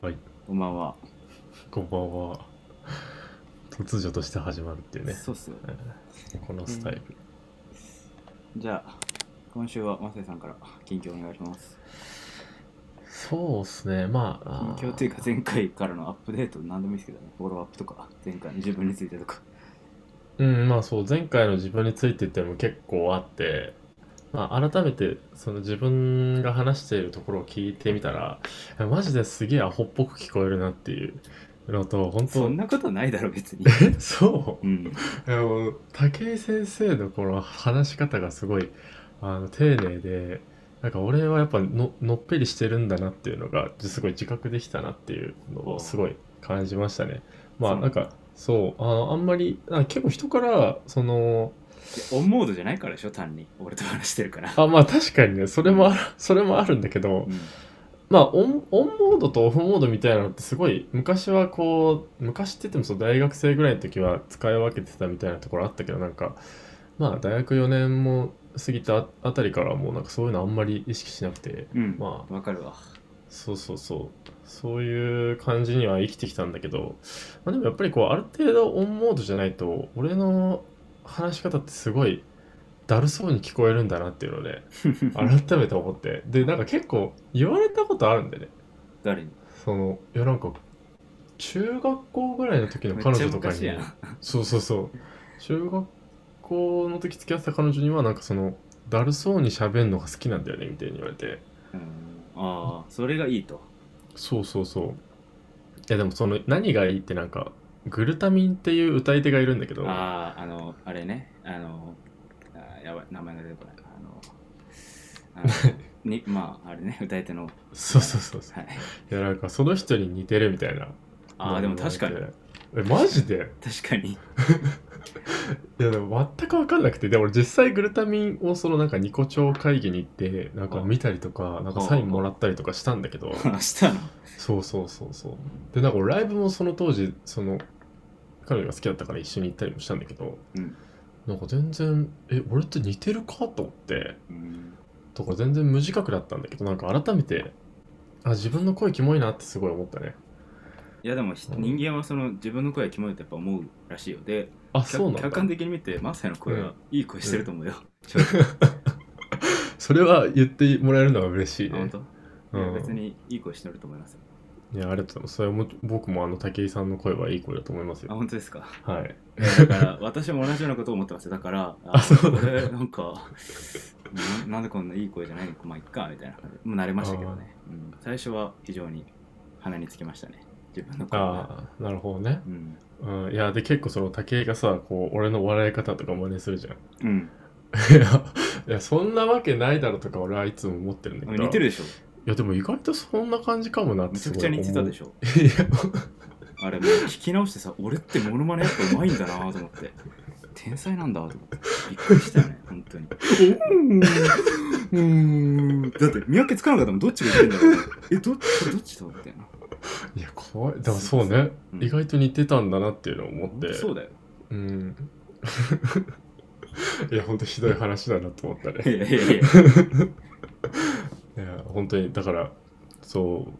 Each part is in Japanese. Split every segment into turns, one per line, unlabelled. はい、
こんばんは。
こんばんは。突如として始まるっていうね、
そうっすよ。
このスタイル。
じゃあ、今週はマセイさんから近況お願いします。
そうっすね、まあ、あ
近況というか、前回からのアップデート、何でもいいですけどね、フォローアップとか、前回の自分についてとか。
うん、まあそう、前回の自分についてっていうのも結構あって、まあ、改めてその自分が話しているところを聞いてみたら、マジですげえアホっぽく聞こえるなっていうのと、本
そ
当
ん、なことないだろ、別に。
えそう
うん。
あの武井先生のこの話し方がすごいあの丁寧でなんか俺はやっぱののっぺりしてるんだなっていうのがすごい自覚できたなっていうのをすごい感じましたね。まあ
そう
なんかそうあのあんまりあ結構人からその
オンモードじゃないからでしょ、単に。俺と話してるから。
あまあ確かにねそれもあるそれもあるんだけど、
うん
まあオンオンモードとオフモードみたいなのってすごい昔はこう昔って言ってもそう大学生ぐらいの時は使い分けてたみたいなところあったけどなんかまあ大学4年も過ぎたあたりからはもうなんかそういうのあんまり意識しなくて
うん。
まあ
わかるわ。
そうそうそうそういう感じには生きてきたんだけど、まあ、でもやっぱりこうある程度オンモードじゃないと俺の話し方ってすごいだるそうに聞こえるんだなっていうので改めて思ってでなんか結構言われたことあるんだよね
誰に
そのいやなんか中学校ぐらいの時の
めっ
彼
ちゃ
女とかに
昔やん。
そうそうそう中学校の時付き合ってた彼女にはなんかそのだるそうに喋るのが好きなんだよねみたいに言われて
うんああ、それがいいと。
そうそうそういやでもその何がいいってなんかグルタミンっていう歌い手がいるんだけど
ああ、あの、あれね、あの、あーやばい、名前が出てこない。あの、あ のにまあ、あれね、歌い手の、
そうそうそうそう
はい。
いやなんかその人に似てるみたいな
ああ、でも確かに
言、われてえマジで
確かに。
いやでも全く分かんなくてでも俺実際グルタミンをそのなんかニコ町会議に行ってなんか見たりとかなんかサインもらったりとかしたんだけど
明日の。
そうそうそうそうでなんか俺ライブもその当時その彼女が好きだったから一緒に行ったりもしたんだけど、
うん
なんか全然え俺って似てるかと思って
うん
とか全然無自覚だったんだけどなんか改めてあ自分の声キモいなってすごい思ったね
いやでもひ人間はその自分の声はキモいってやっぱ思うらしいよで
あ
客
そうなん
客
だ
観的に見てマサイの声
う
は
ん
いい声してると思うよ、
それは言ってもらえるのが嬉しい
あ本
ね
当、
う
いや
ん
別にいい声してると思いますよ
いや、ありがとうございます。それも僕もあの武井さんの声はいい声だと思います
あ
よ。
本当です か
は
い
い。
やだから私も同じようなことを思ってますよだからあ
あそうなんだ
俺なんかななんでこんないい声じゃないのかまあいっかみたいなもう慣れましたけどね、うん、最初は非常に鼻につきましたね自分の声が
ああ、なるほどね。
うん、
うん、いや、で、結構その武井がさ、こう、俺の笑い方とか真似するじゃん。
うん、
いや、いやそんなわけないだろとか俺はいつも思ってるんだけど。
似てるでしょ
いや、でも意外とそんな感じかもなって
めち
す
ゃく
ご
ち
い
ゃ
思う。
似てたでしょ
いや、
あれもう聞き直してさ、俺ってモノマネやっぱうまいんだなと思って。 天才なんだと思って。びっくりしたよね、本当に。うん。だって見分けつかなかったもん、どっちが言ってんだろうね。え、どっちどっちだみたいな。
いや、怖い。でもそうね、
うん
意外と似てたんだなっていうのを思
本
って。
当そうだよ。
うん。 いや、ほんとひどい話だなと思ったね
い。やいやいや。
いや本当にだからそう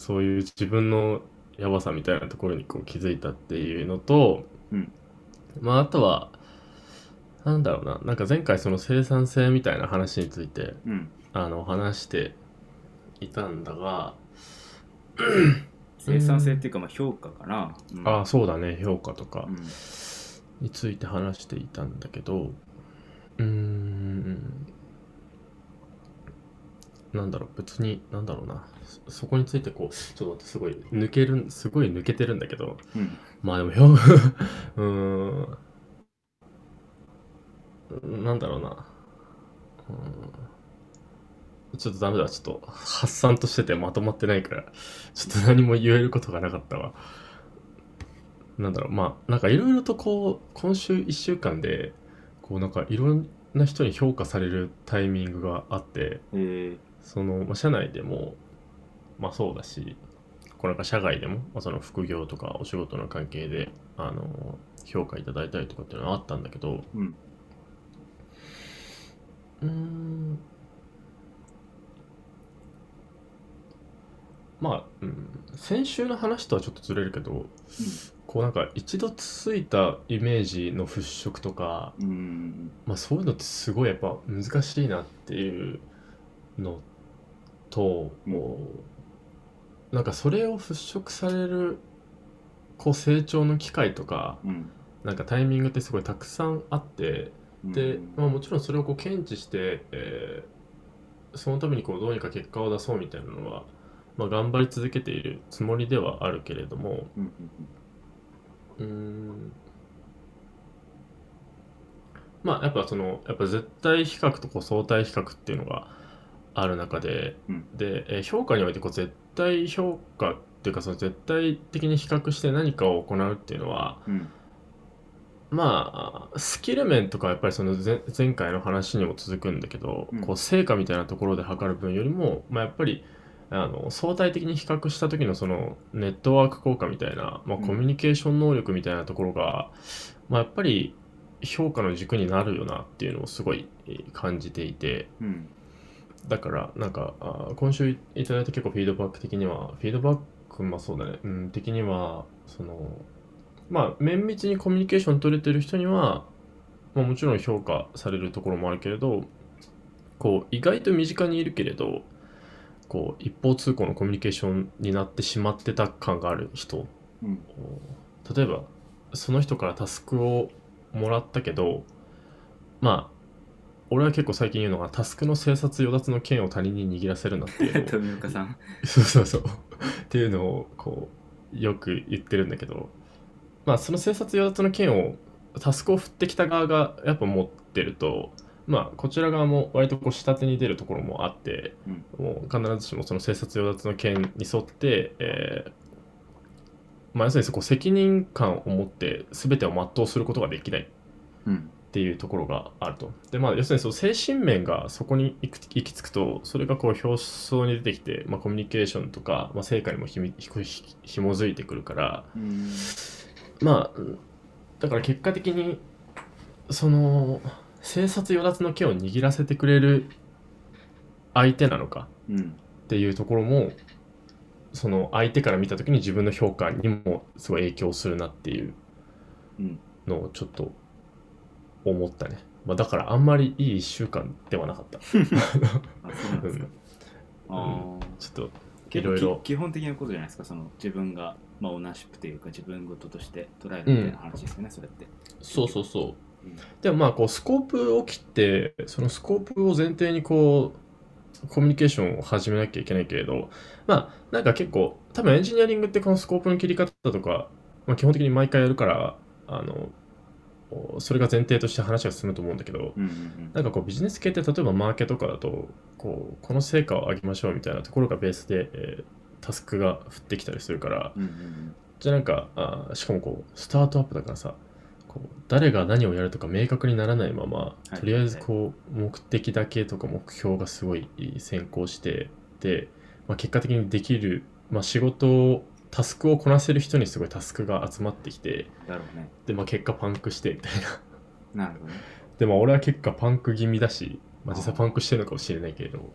そういう自分のやばさみたいなところにこう気づいたっていうのと、
うん
まああとはなんだろうななんか前回その生産性みたいな話について
うん。
あの話していたんだが、
生産性っていうか、まあ評価かな。うん、
ああそうだね評価とか
うん。
について話していたんだけどうーんなんだろう別になんだろうなそそこについてこうちょっと待ってすごい抜けるすごい抜けてるんだけど
うん。
まあでも 評うーんなんだろうなうーんちょっとダメだちょっと発散としててまとまってないからちょっと何も言えることがなかったわなんだろうまあなんかいろいろとこう今週1週間でこうなんかいろんな人に評価されるタイミングがあって
えー、
その、まあ、社内でも、まあ、そうだし、これから社外でも、まあ、その副業とかお仕事の関係で、あの、評価いただいたりとかっていうのはあったんだけど、
うん。
うーん、まあ、うん、先週の話とはちょっとずれるけど、こうなんか一度ついたイメージの払拭とか、
うんうん
まあ、そういうのってすごいやっぱ難しいなっていうのと、
うん
もうなんかそれを払拭されるこう成長の機会とか
うん
なんかタイミングってすごいたくさんあって
うん
で、
うん
まあ、もちろんそれをこう検知して、えーそのためにこうどうにか結果を出そうみたいなのは、まあ、頑張り続けているつもりではあるけれども、
うんうん
うーんまあやっぱそのやっぱ絶対比較とこう相対比較っていうのがある中で、
うん
で、えー評価においてこう絶対評価っていうかその絶対的に比較して何かを行うっていうのは
うんうん
まあスキル面とかはやっぱりその前前回の話にも続くんだけど、
うん
こう成果みたいなところで測る分よりも、まあ、やっぱりあの相対的に比較した時のそのネットワーク効果みたいな、まあ、
うん
コミュニケーション能力みたいなところが、まあ、やっぱり評価の軸になるよなっていうのをすごいえー感じていて
うん
だからなんかあー今週いいただいた結構フィードバック的にはフィードバックまあそうだねうん的にはそのまあ綿密にコミュニケーション取れてる人には、まあ、もちろん評価されるところもあるけれどこう意外と身近にいるけれどこう一方通行のコミュニケーションになってしまってた感がある人
うん
例えばその人からタスクをもらったけどまあ俺は結構最近言うのがタスクの制作与奪の権を他人に握らせるなっていう のを
富岡さん
そうそうそう。っていうのをこうよく言ってるんだけど、まあ、その生殺与奪の権をタスクを振ってきた側がやっぱ持ってると、まあ、こちら側も割とこう下手に出るところもあって、もう必ずしもその生殺与奪の権に沿って、えーまあ、要するにこう責任感を持って全てを全うすることができない
うん
っていうところがあると。でまあ要するにその精神面がそこに行く行き着くとそれがこう表層に出てきて、まあ、コミュニケーションとか、まあ、成果にもひみひひひもづいてくるから
うん
まあうんだから結果的にその生殺与奪の剣を握らせてくれる相手なのか
うん
っていうところもその相手から見た時に自分の評価にもすごい影響するなっていう
うん
のをちょっと思ったね、まあ、だからあんまりいい1週間ではなかった
あそうなんですかああ
ちょっとい
結
ろいろ
構基本的なことじゃないですかその自分がまあオーナーシップというか自分事として捉えるみたいな話ですよねそれって
そうそうそう
うん
でもまあこうスコープを切ってそのスコープを前提にこうコミュニケーションを始めなきゃいけないけれどまあなんか結構多分エンジニアリングってこのスコープの切り方とか、まあ、基本的に毎回やるからあのそれが前提として話が進むと思うんだけど、
うんうん
なんかこうビジネス系って例えばマーケとかだとこうこの成果を上げましょうみたいなところがベースで、えータスクが降ってきたりするから
うんうんうん
じゃあなんかあーしかもこうスタートアップだからさこう誰が何をやるとか明確にならないまま
はい
とりあえずこう目的だけとか目標がすごい先行してで、まあ、結果的にできる、まあ、仕事をタスクをこなせる人にすごいタスクが集まってきて
だろうね
で、まあ、結果パンクしてみたいな
なるほどね
でも俺は結果パンク気味だし、まあ、実際
あー
パンクしてるのかもしれないけれども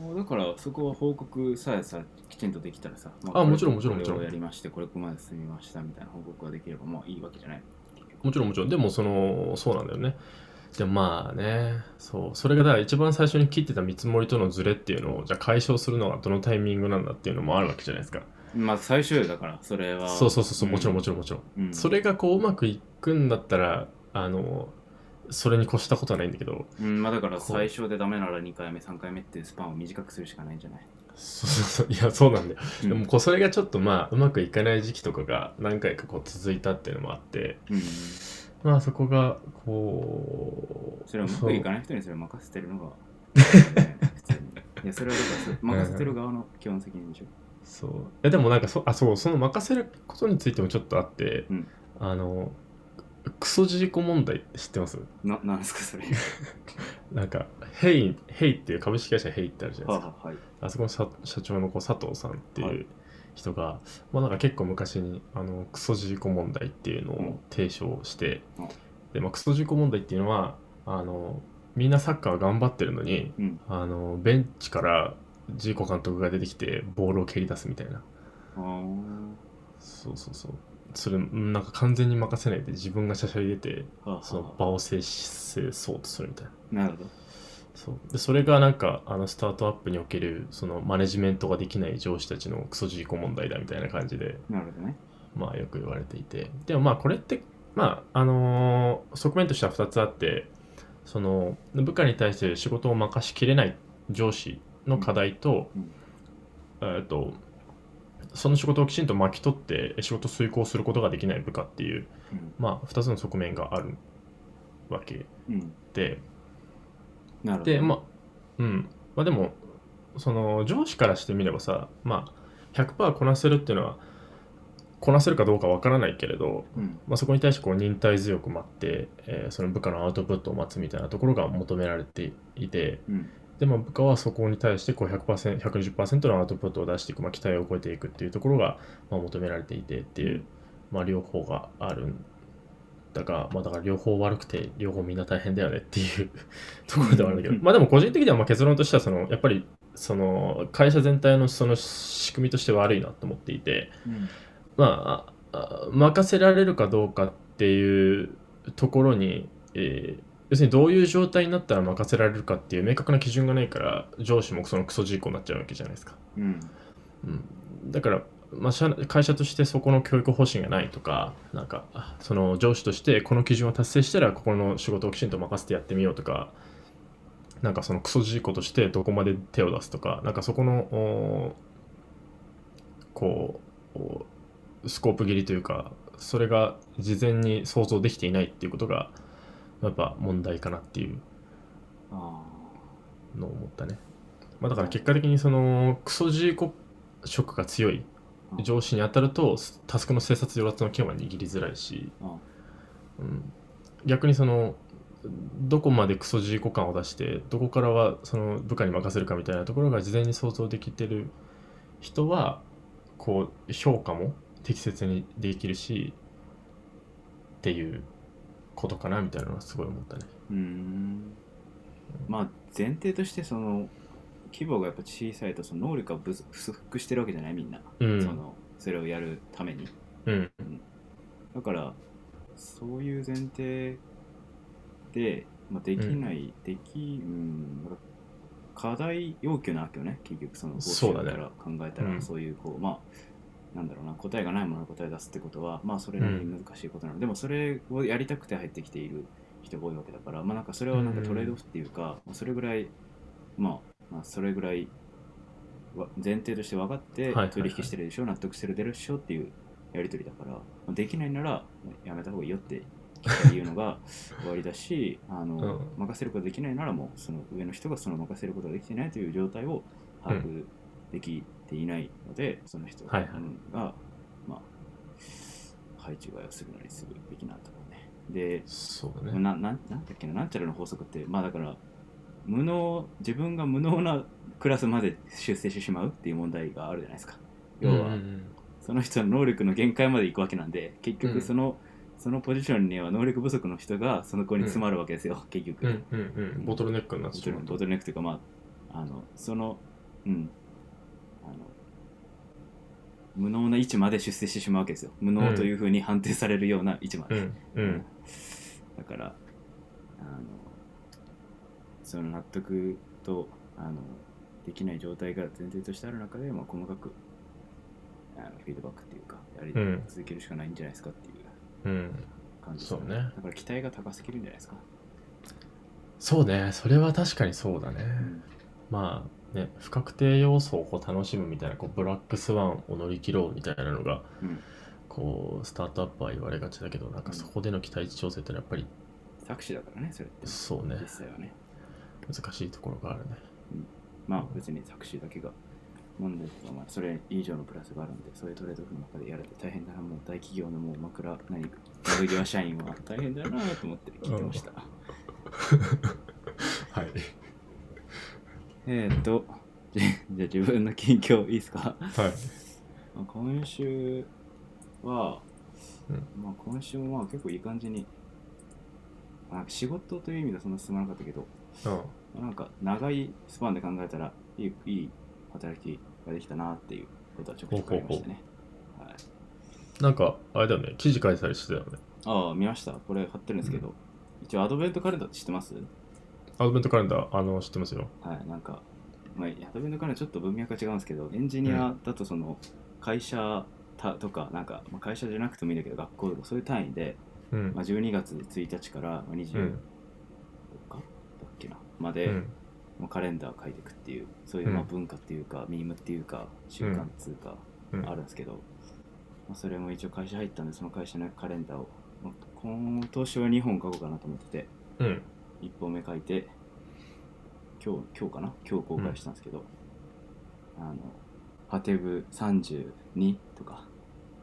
あだからそこは報告さえさきちんとできたらさ、ま
あ
これ
もちろんもちろんもちろん
これをやりましてこれここまで進みましたみたいな報告ができればまあいいわけじゃない
もちろんもちろんでもそのそうなんだよねでもまあねそうそれがだから一番最初に切ってた見積もりとのズレっていうのをじゃあ解消するのはどのタイミングなんだっていうのもあるわけじゃないですか
まあ最終だからそれは
そうそうそうそうもちろんも
ち
ちろんもちろん、
ろん、うん、
それがこううまくいくんだったらあのそれに越したことはないんだけど
うんまあだから最初でダメなら2回目3回目っていうスパンを短くするしかないんじゃない、
そうそうそういやそうなんだよ、
うん
でもこうそれがちょっとまあうまくいかない時期とかが何回かこう続いたっていうのもあって
うん、
まあそこがこう
それはうまくいか
ない
ない人にそれを任せてるのが普通にいやそれはだからそ任せてる側の基本責任でしょ、
そういやでもなんかそあそうその任せることについてもちょっとあって、
うん
あのクソジリコ問題って知ってます
ななんですかそれ
なんかヘイヘイっていう株式会社ヘイってあるじゃないです
は
か
あはい
あそこの社社長のこう佐藤さんって
はいいう
人が、まあ、なんか結構昔にあのクソジリコ問題っていうの
うん
を提唱して、
うん
でまあ、クソジリコ問題っていうのはあのみんなサッカー頑張ってるのに
うん
あのベンチからジーコ監督が出てきてボールを蹴り出すみたいな
あー
そうそうそうそれなんか完全に任せないで自分がしゃしゃり出て
はあはあ
その場を制し制そうとするみたいな
なるほど。
そうでそれがなんかあのスタートアップにおけるそのマネジメントができない上司たちのクソジーコ問題だみたいな感じで
なるほどね。
まあよく言われていてでもまあこれってまああのー側面としては2つあってその部下に対して仕事を任しきれない上司の課題と,、
うん
えーとその仕事をきちんと巻き取って仕事を遂行することができない部下っていう、
うん。
まあ、2つの側面があるわけ
うん、
で
なるほど。
でまあうんまあでもその上司からしてみればさまあ100%こなせるっていうのはこなせるかどうかわからないけれど、
うん。
まあ、そこに対してこう忍耐強く待って、えーその部下のアウトプットを待つみたいなところが求められていて
うん。
で、まあ、部下はそこに対してこう 100%, 120%のアウトプットを出していく、まあ、期待を超えていくっていうところが、まあ、求められていてっていう、まあ、両方があるんだが、まあ、だから両方悪くて両方みんな大変だよねっていう ところではあるんだけ
うん
どまあでも個人的にはまあ結論としてはそのやっぱりその会社全体のその仕組みとして悪いなと思っていて。
うん。
まああ、あ任せられるかどうかっていうところに、えー要するにどういう状態になったら任せられるかっていう明確な基準がないから上司もそのクソ事項になっちゃうわけじゃないですか。
うん。
うん、だから、まあ、社会社としてそこの教育方針がないとかなんかあその上司としてこの基準を達成したらここの仕事をきちんと任せてやってみようとかなんかそのクソ事故としてどこまで手を出すとかなんかそこのおーこうおースコープ切りというかそれが事前に想像できていないっていうことがやっぱ問題かなっていう
あ
のを思ったね、まあ、だから結果的にそのクソジーコ色が強い
うん
上司に当たるとタスクの生殺与奪の件は握りづらいし、
あ。あ
うん、逆にそのどこまでクソジーコ感を出してどこからはその部下に任せるかみたいなところが事前に想像できてる人はこう評価も適切にできるしっていうことかなみたいなのはすごい思ったね。
うーん。まあ、前提として、その、規模がやっぱ小さいと、その能力が不足不足してるわけじゃない、みんな。
うん、
その、それをやるために。
うん、
だから、そういう前提で、まあ、できない、でき、うん、だから課題要求なわけよね、結局、その、
そうだね
から考えたら、
うん
そういう、こう、まあ、なんだろうな、答えがないものに答え出すってことは、まあ、それなりに難しいことなの、でも、それをやりたくて入ってきている人が多いわけだから、まあ、なんか、それはなんかトレードオフっていうか、まあそれぐらい、まあ、まあ、それぐらい、わ前提として分かって
いはいはい
取引してるでしょ、納得してるでしょっていうやり取りだから、まあできないならやめた方がいいよっていうの が終わりだしあの、
うん
任せることできないならもうその上の人がその任せることができていないという状態を把握できていないので、その人が、
はいはい
まあ、配置換えをするなりするべきなんだろうね。で、
そうだね。
ななんなんだっけな、なんちゃらの法則って、まあだから、無能、自分が無能なクラスまで修正してしまうっていう問題があるじゃないですか。要は、
うん
その人の能力の限界まで行くわけなんで、結
う
局
ん
その、そのポジションには能力不足の人がその子に詰まるわけですよ、結局。
うんうんうんうんボトルネックになっ
ボ
て
ト
し
ル
まう
ボ
と
トルネックというか、まあ、あの、その、うん、あの、無能な位置まで出世してしまうわけですよ。無能というふうに判定されるような位置まで。
うんうん
だからあのその納得とあのできない状態が前提としてある中で、まあ、細かくあのフィードバックっていうかやり
うん
続けるしかないんじゃないですかっていう
うん
感じです
そうね
だから期待が高すぎるんじゃないですか、
そうねそれは確かにそうだね
うん
まあね不確定要素をこう楽しむみたいなこうブラックスワンを乗り切ろうみたいなのが
うん
こうスタートアップは言われがちだけどなんかそこでの期待値調整ってのはやっぱり
作詞だからねそれって
そうね
実際はね
難しいところが あるね
まあ別に作詞だけが問題とか、まあ、それ以上のプラスがあるんでそういうトレードオフの中でやるって大変だなもう大企業のもう枕何か窓際社員は大変だなと思って聞いてました、
はい
えー、っと、 じじゃあ自分の近況いいですか
はい
まあ今週は、
うん
まあ今週もまあ結構いい感じに、まあなんか仕事という意味ではそんな進まなかったけど、
うん
まあなんか長いスパンで考えたらいいいい働きができたなっていうことはちょくちょくありましたね。はい、
なんか、あれだよね、記事書いてたりしてたよね。
ああ、見ました。これ貼ってるんですけど、一応アドベントカレンダーって知ってます
アドベントカレンダー、あの、知ってますよ。
はい、なんか、まあ、アドベントカレンダーちょっと文脈が違うんですけど、エンジニアだとその会社たとか、なんか、まあ、会社じゃなくてもいいんだけど、学校とかそういう単位で、
うん
まあ、。12月1日からまあ
う
24
ん。
日だっけな、ま
う
で、
ん。
もうカレンダー書いていくっていうそういうまあ
うん
文化っていうか、ミームっていうか習慣っていうか、
うん
あるんですけど、まあ、それも一応会社入ったんでその会社のカレンダーを、まあ、今年は2本書こうかなと思ってて
うん。
1本目書いて今日今日かな今日公開したんですけど、あのハテブ32とか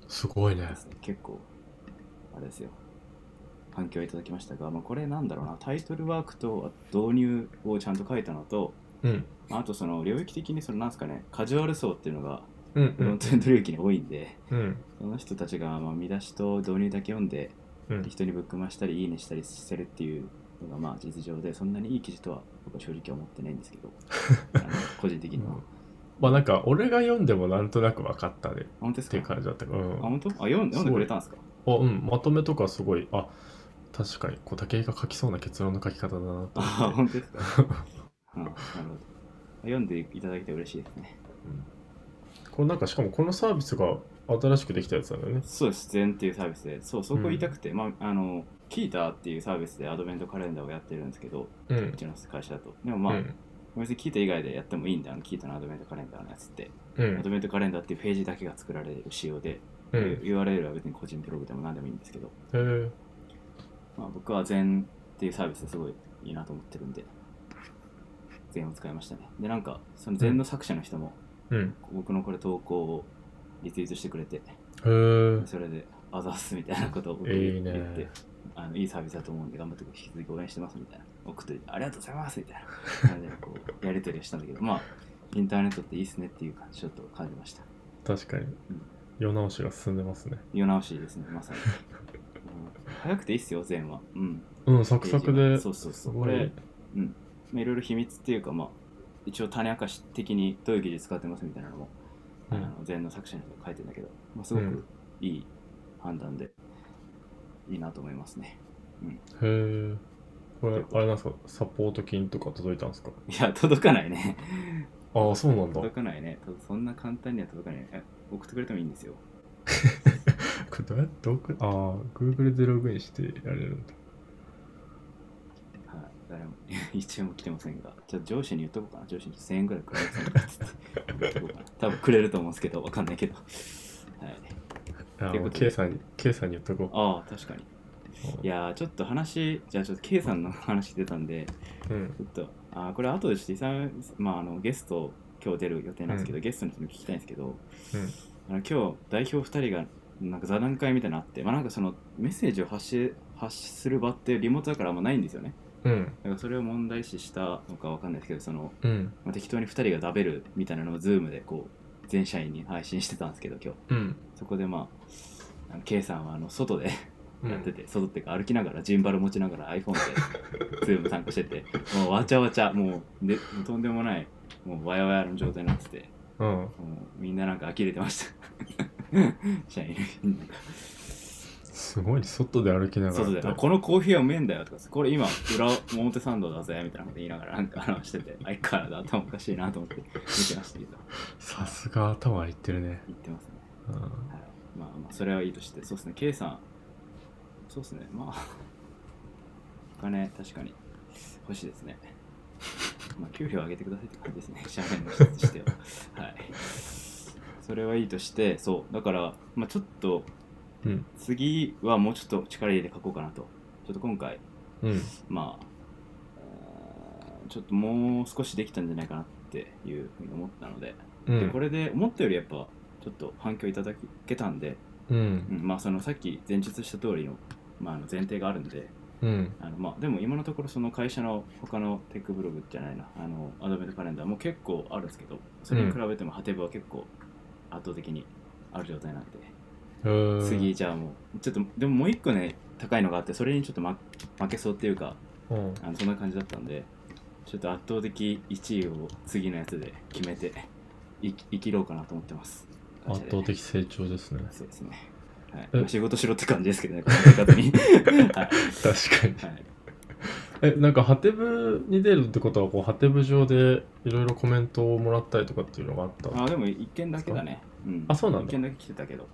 すごいね
で。すね結構あれですよ反響いただきましたが、まあ、これなんだろうなタイトルワークとあと導入をちゃんと書いたのと
うん。
まああとその領域的にそのなんですかねカジュアル層っていうのが
うん
フロントエンド領域に多いんで、
うん。うん。
その人たちがまあ見出しと導入だけ読んで
うん。
人にぶっ込ましたりいいねしたりしてるっていうのがまあ実情でそんなにいい記事とは僕は正直思ってないんですけ どあの個人的には、
うんまあなんか、俺が読んでもなんとなく分かったねっ
本当です
て
か
いう感じだったから。う
あ
ん。
本当あ読ん読んでくれたんですか
あうん、まとめとかすごい、あ確かに、こう武井が書きそうな結論の書き方だなと
あ
思っ
本当
て。
ですか、うん、なるほど読んでいただけて嬉しいですね
これなんか、しかもこのサービスが新しくできたやつなんだよね。
そうです、全っていうサービスで、そう、そこ言いたくて、まあ、あの、キーターっていうサービスでアドベントカレンダーをやってるんですけど、
う。
うんちの会社だと。でもまあ、
うん。
別にキータ以外でやってもいいんだよ、キータのアドベントカレンダーのやつって。
う
アド
ん。
ベントカレンダーっていうページだけが作られる仕様で、
うん。
URL は別に個人ブログでも何でもいいんですけど、
へえ。
まあ、僕は全っていうサービスですごいいいなと思ってるんで、全を使いましたね。で、なんか、その全の作者の人も、
うん。
僕のこれ投稿をリツイートしてくれて、
へえ。
それで、あざっすみたいなことを僕
い
に言
い
って、
ね
あのいいサービスだと思うんで、頑張って引き続き応援してますみたいな、送って、ありがとうございますみたいな感じでこうやり取りをしたんだけど、まあ、インターネットっていいっすねっていう感じ、ちょっと感じました。
確かに。世直しが進んでますね。
世直しですね、まさに。うん早くていいっすよ、全は。うん。
うん、サクサクで、
そ
す
うそうそう。こ
ご
れ
い、。
まあいろいろ秘密っていうか、まあ、一応種明かし的にどういう技術使ってますみたいなのも、
う
あ
ん
の禅の作者の人が書いてるんだけど、まあ、すご
う
く
ん
いい判断で、いいなと思いますね。
へえ。これ、あれなんですか、サポート金とか届いたんですか
いや、届かない ね。
ああ、そうなんだ。
届かないね。とそんな簡単には届かない。え送ってくれてもいいんですよ。
これどうやって、どうくああ、Google でログインしてやれるんだ。
はい、誰も 一応も来てませんが、ちょっと上司に言っとこうかな。上司に1000円ぐらいくれませんかって言って言っ とこうかな多分くれると思うんですけど、わかんないけど。はい、
ああ、
ということで
K さんに、K さんに言っとこ
ああ、確かに。
う。
いやー、ちょっと話、じゃあちょっと K さんの話出たんで、
うん。
ちょっと、あーこれ後でちょっとイサム、まあ、あのゲスト、今日出る予定なんですけど、ゲストの人に聞きたいんですけど、
うん
あの今日代表2人がなんか座談会みたいなのあって、まあ、なんかそのメッセージを発し発しする場ってリモートだからあんまないんですよね。
うん。
だからそれを問題視したのかわかんないですけど、その
うん。
まあ、適当に2人がだべるみたいなのを Zoom でこう全社員に配信してたんですけど、今日。
うん。
そこでまあ、あの K さんはあの外で
うん
やってて、外っていうか歩きながらジンバル持ちながら iPhone で Zoom 参加しててもうわちゃわちゃもうでもうとんでもないもうわやわやの状態になってて
うん。
もうみんななんか呆れてました 社員みんな
すごいね、外で歩きながら
外
って。
であこのコーヒーはうめえんだよとかこれ今裏表参道だぜみたいなこと言いながらなんか話してて相変わらず頭おかしいなと思って見てましたけど
さすが頭いってるね。
言ってますね
うん
はい、まあまあそれはいいとしてそうですね K さんそうですねまあ お金確かに欲しいですね まあ給料上げてくださいって感じですね 社員の人としてははいそれはいいとしてそうだからまあちょっと
うん。
次はもうちょっと力入れて書こうかなとちょっと今回
うん。
まあえーちょっともう少しできたんじゃないかなっていうふうに思ったので,、
う
で
ん
こ。れで思ったよりやっぱちょっと反響いただけたんで
うん
う。ん、まあそのさっき前述した通りの,、まあ、あの前提があるんで
うん。
あの、まあ、でも今のところその会社の他のテックブログじゃないなあのアドベントカレンダーも結構あるんですけどそれに比べてもハテブは結構圧倒的にある状態なんで、
へー。
次じゃあもうちょっとでももう一個ね高いのがあってそれにちょっと負負けそうっていうか
うん。
あのそんな感じだったんでちょっと圧倒的1位を次のやつで決めて生き生きろうかなと思ってます。
圧倒的成長です ね。
そうですね。はい
え
まあ、仕事しろって感じですけどね、この生 活に。はい
確かに。
はい
え、なんか、ハテブに出るってことは、こう、ハテブ上でいろいろコメントをもらったりとかっていうのがあった。
あでも一件だけだね。うん、
あそうなんだ
一件だけ来てたけど。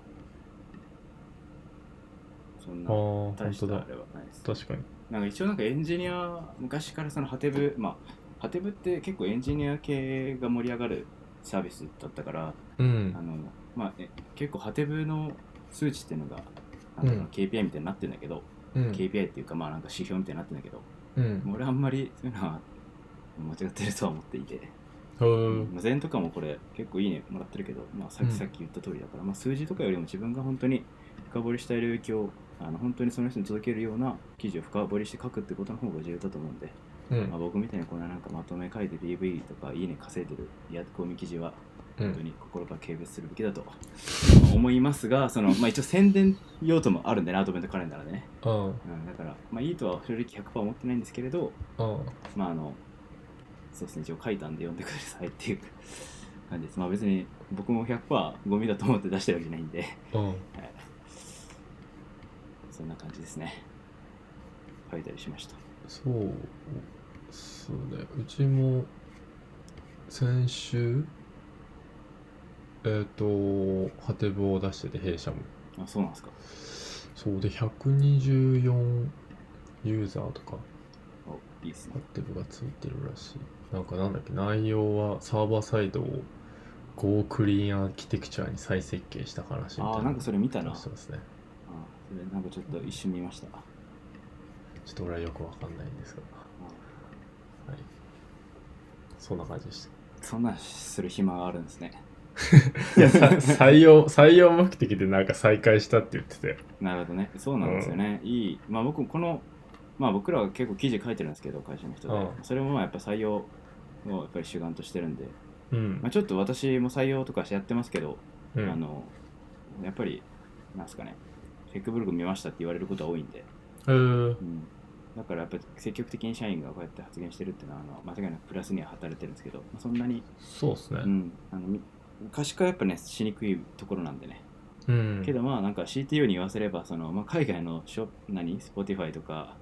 そん
あー、
な
本
大し
当
た
だ
あ。れはないです。
確かに。
なんか一応なんかエンジニア、昔からそのハテブ、まあ、ハテブって結構エンジニア系が盛り上がるサービスだったから、
う
あ
ん。
のまあ、え結構ハテブの数値っていうのが、なんていうの
うん
KPI みたいになってるんだけど、
うん。
KPI っていうか、まあなんか指標みたいになってるんだけど、
うん。
俺あんまりそういうのは間違ってるとは思っていて、
うー
無線とかもこれ結構いいねもらってるけど、まあ、さっ
うん
きさっき言った通りだから、まあ、数字とかよりも自分が本当に深掘りしたい領域をあの本当にその人に届けるような記事を深掘りして書くってことの方が重要だと思うんで、
う
まあ、
ん。
僕みたいにこんななんかまとめ書いて PV とかいいね稼いでるいやコミ記事は
う
本当
ん。
に心から軽蔑するべきだと思いますが、そのまあ、一応宣伝用途もあるんでねアドベントカレンダーでね、
あ
うん、だから、まあ、いいとは正直100%思ってないんですけれど
あ。あ
まああの、そうですね、一応書いたんで読んでくださいっていう感じです。 まあ別に僕も100%ゴミだと思って出してるわけじゃないんで、
あ。うん。
そんな感じですね。書いたりしました。
そうですね。うちも、先週、えっ、と、ハテブを出してて、弊社も。
あ、そうなんですか。
そうで、124ユーザーとか、
おいいですね
ハ。テブがついてるらしい。なんかなんだっけ、内容はサーバーサイドを Go クリーンアーキテクチャに再設計した話みたいな。
あーなんかそれ見たな
話してますね。
あそれなんかちょっと一瞬見ました。あ
ちょっと俺はよくわかんないんですが。はい。そんな感じでした。
そんなんする暇があるんですね。
いや、さ採用、採用目的でなんか再開したって言ってたよ。
なるほどね。そうなんですよね。いい。まあ僕もこの、まあ僕らは結構記事書いてるんですけど、会社の人で。
うん
それもまあやっぱ採用をやっぱり主眼としてるんで、
うん
まあ、。ちょっと私も採用とかしてやってますけど、
うん
あのやっぱりなんすかねフェイクブログ見ましたって言われることは多いんで、
えー
うん、だからやっぱり積極的に社員がこうやって発言してるっていうのはあの間違いなくプラスには働いてるんですけど、まあ、そんなに、
そうですね
う。ん、あのみ可視化はやっぱねしにくいところなんでね、
うん。
けどまあなんか CTO に言わせればその、まあ、海外のショ何 Spotify とか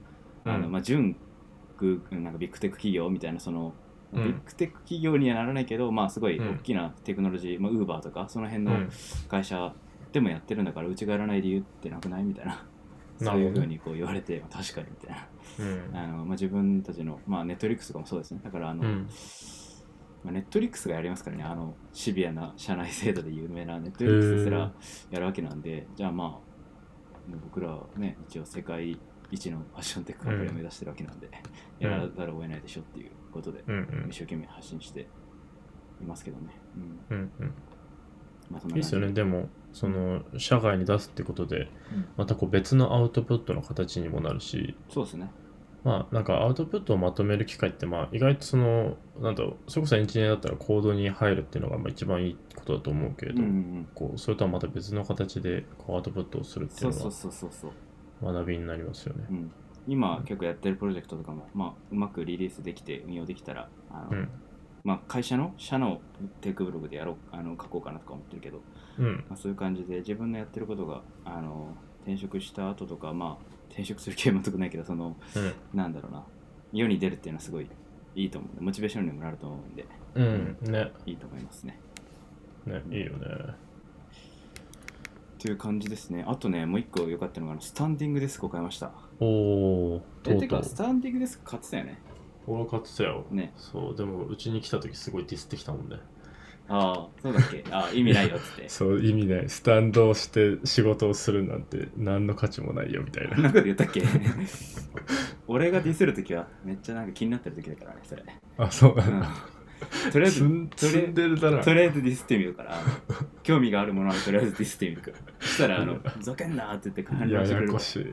あの、
うん
まあ、純グなんかビッグテック企業みたいなその
うん
ビッグテック企業にはならないけど、まあすごい
うん
大きなテクノロジー、まあ、Uber とかその辺
う
の
ん。
会社でもやってるんだからうちがやらない理由ってなくないみたい な。
な
そう
る
い
ほど
うふうにこう言われて、確かにみたいな。
うん。
あのまあ、自分たちの、まあ、ネットリックスとかもそうですね。だからあの、
うん
まあ、ネットリックスがやりますからね、あのシビアな社内制度で有名なネットリックスですらやるわけなんで、じゃあまあ、もう僕らはね、一応世界一のファッションテックカンパニーを目指してるわけなんで、
うん
やらざるを得ないでしょっていうことで、
うんうん
一生懸命発信していますけどね。うん
うんうん
まあ、そん
い
ない
ですよね、でも、その、社外に出すってことで、
うん
またこう別のアウトプットの形にもなるし、
そうですね。
まあ、なんかアウトプットをまとめる機会って、まあ、意外とその、なんだろう、それこそエンジニアだったらコードに入るっていうのがまあ一番いいことだと思うけれ
うん
ど、
うんうん、
こうそれとはまた別の形でこうアウトプットをするってい
そううそう
の
そうそうそう。
は学びになりますよね
う。ん、今結構やってるプロジェクトとかも、まあ、うまくリリースできて運用できたらあの、
うん。
まあ、会社の社のテックブログでやろうあの書こうかなとか思ってるけど、
うん。
まあ、そういう感じで自分のやってることがあの転職した後とか、まあ、転職する気は全くないけどその
うん。
なんだろうな世に出るっていうのはすごいいいと思うんでモチベーションにもなると思うんで
うん。ね。
いいと思いますね。
ね。いいよね。
という感じですね。あとね、もう一個良かったのがあの、スタンディングデスクを買いました。
おー、
え、
とう
て
と
か、
う
ス。タンディングデスク買ってたよね。
俺買ってたよ。
ね。
そう、でもうちに来た時すごいディスってきたもんね。
ああ、そうだっけああ、意味ないよっつって。
そう意味ないスタンドをして仕事をするなんて何の価値もないよみたい
そんなこと言ったっけ俺がディスるときはめっちゃなんか気になってるときだからね、それ。
あそうな
うん
だ、
んとりあえ
積
ず、
ん積んでるだな
とりあえずディスってみるから、あの興味があるものはとりあえずディスってみるから。そしたら、あの、ふざけんなーって言って完
い
了
や
してく
や
れ
や
る
こ。しい、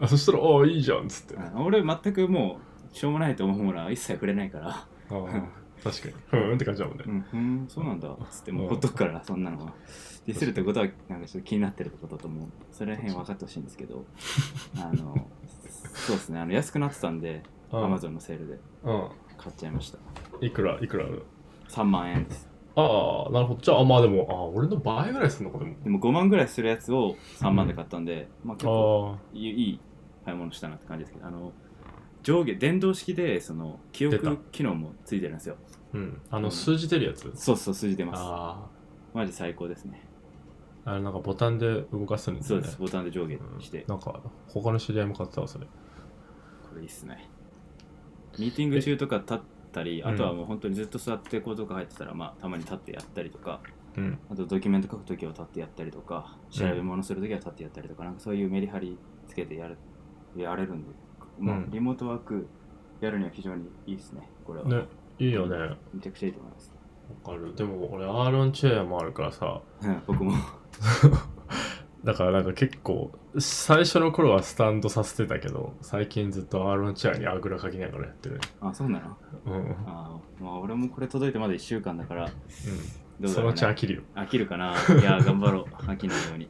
あそしたら「ああいいじゃん」っつって、
う
あ
ん俺全くもう、しょうもないと思うものは一切触れないから、
あ確かにふーんって感じだもんね、
うん、ふーんそうなんだっつっても
うん
うほっとくから、そんなのは。ディスるってことは、なんかちょっと気になってるってことだと思う。それら辺分かってほしいんですけ ど、あの、そうですね、あの安くなってたんで、
う
ア
ん
マゾンのセールで
う
買っちゃいました。
んいくらいくらある
3万円です。
あああ、なるほど。じゃあ、まあでも、ああ、俺の倍ぐらいするのか、でも。
でも5万ぐらいするやつを3万で買ったんで、まあ結構
あ
いいいい買い物したなって感じですけどあの上下電動式でその記
出た
憶機能もついてるんですよ
あ、うん。あ
う
の、
ん
数字出るやつ。
そうそう数字出ます
あ
マジ最高ですね
あ、あれなんかボタンで動かすんです
そ
よ
う
ね。
ですボタンで上下
うん
して、
なんか、他の知り合いも買ってたわ、それ。
これいいっすねミーティング中とか立ったり
うん
あとはもう本当にずっと座ってコードとか入ってたら、まあたまに立ってやったりとか
うん。
あとドキュメント書くときは立ってやったりとか調べ物するときは立ってやったりとか、なんかそういうメリハリつけてやるやれるんで、まあ
うん
リモートワークやるには非常にいいですねこれは、
ね、いいよね。わ
めちゃくちゃいいと思います
かる。でも、俺、アーロンチェアもあるからさ、
うん僕も
だからなんか結構、最初の頃はスタンドさせてたけど、最近ずっとアーロンチェアにあぐらかきながらやってるね。
あ、そうなの
うん。うん
あー、まあ、俺もこれ届いてまだ1週間だから、どうだ
そ
ろ
の
う、
うち飽
ね、
きるよ。
飽きるかな。いやー、頑張ろう。飽きないように。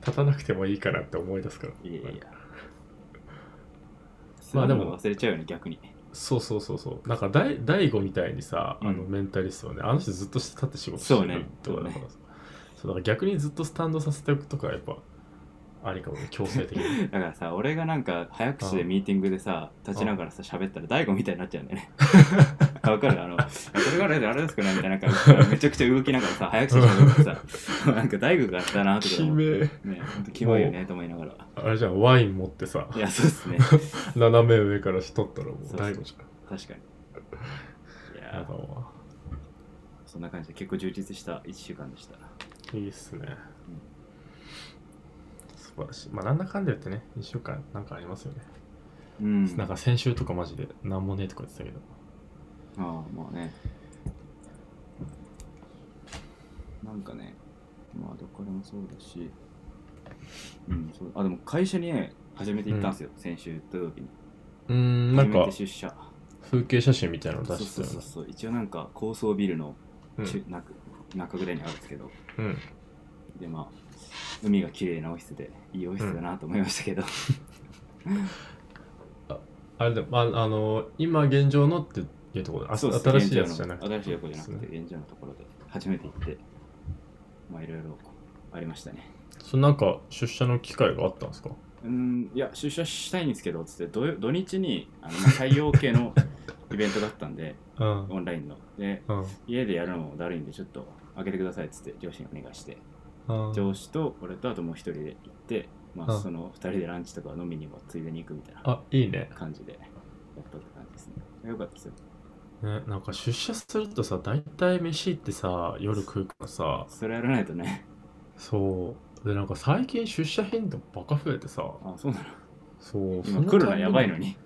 立たなくてもいいかなって思い出すから。
いやいやい や。
まあでも
そういうの忘れちゃうよね、逆に。
そうそうそうそうなんか大大悟みたいにさあの
うん
メンタリストはね、あの人ずっと立って仕事してるとかだからさそうだから逆にずっとスタンドさせておくとかやっぱありかもね強制 的に
だからさ、俺がなんか早口でミーティングでさ、立ちながらさ、喋ったら大悟みたいになっちゃうんだよ ね。あわかるあの、あこれからであれですかねみたいな、なん かめちゃくちゃ動きながらさ、早口で喋って さ、なんか大悟があったなとか
悲
思う。
鳴
ね、ほんとキモいよねと思いながら。
あれじゃんワイン持ってさ
いや、そうっす ね。
斜め上からしとったらも
そう
う
そう
大悟じゃ
確かに。い
ん
や
やだ
ー
わ
そんな感じで結構充実した1週間でした。
いいっすね素晴らしいまあなんだかんだ言ってね1週間なんかありますよね、
うん。
なんか先週とかマジでなんもねえとか言ってたけど
ああ、まあね。なんかね、まあどこでもそうだし、うん、そうあ、でも会社にね、初めて行ったんですよ、先週土曜日に。
うーんな
初
ん
め
か
て出社。
風景写真みたいなの
そう
出し
そ
て
う
たよ
そう
ね
そう、一応なんか高層ビルの
うん
中,、中中ぐらいにあるんですけど、
うん
でまあ、海が綺麗なオフィスで、いいオフィスだなと思いましたけど、
あれでもああの今現状のっていうところであ
そうっす
新しいやつじゃなくて
現状の新しい横じゃなく
そう
て、現状のところで初めて行って、まあいろいろありましたね。
そのなんか出社の機会があったんですか
うん、いや、出社したいんですけど、つって土、土日にあのまあ採用系 のイベントがあったんで、
うん
オンラインの。で、
うん
家でやるのもだるいんで、ちょっと開けてくださいっつって、上司にお願いして、
うん
上司と俺とあともう一人で行って、まあ、
うん
その二人でランチとか飲みにもついでに行くみたいな
あいいね
感じでやったって感じですね。よかったですよ。
ねなんか出社するとさ大体飯ってさ夜食うからさ
それやらないとね、
そうでなんか最近出社頻度バカ増えてさ
あ、そうなの
そう
今コロナやばいの
に
に。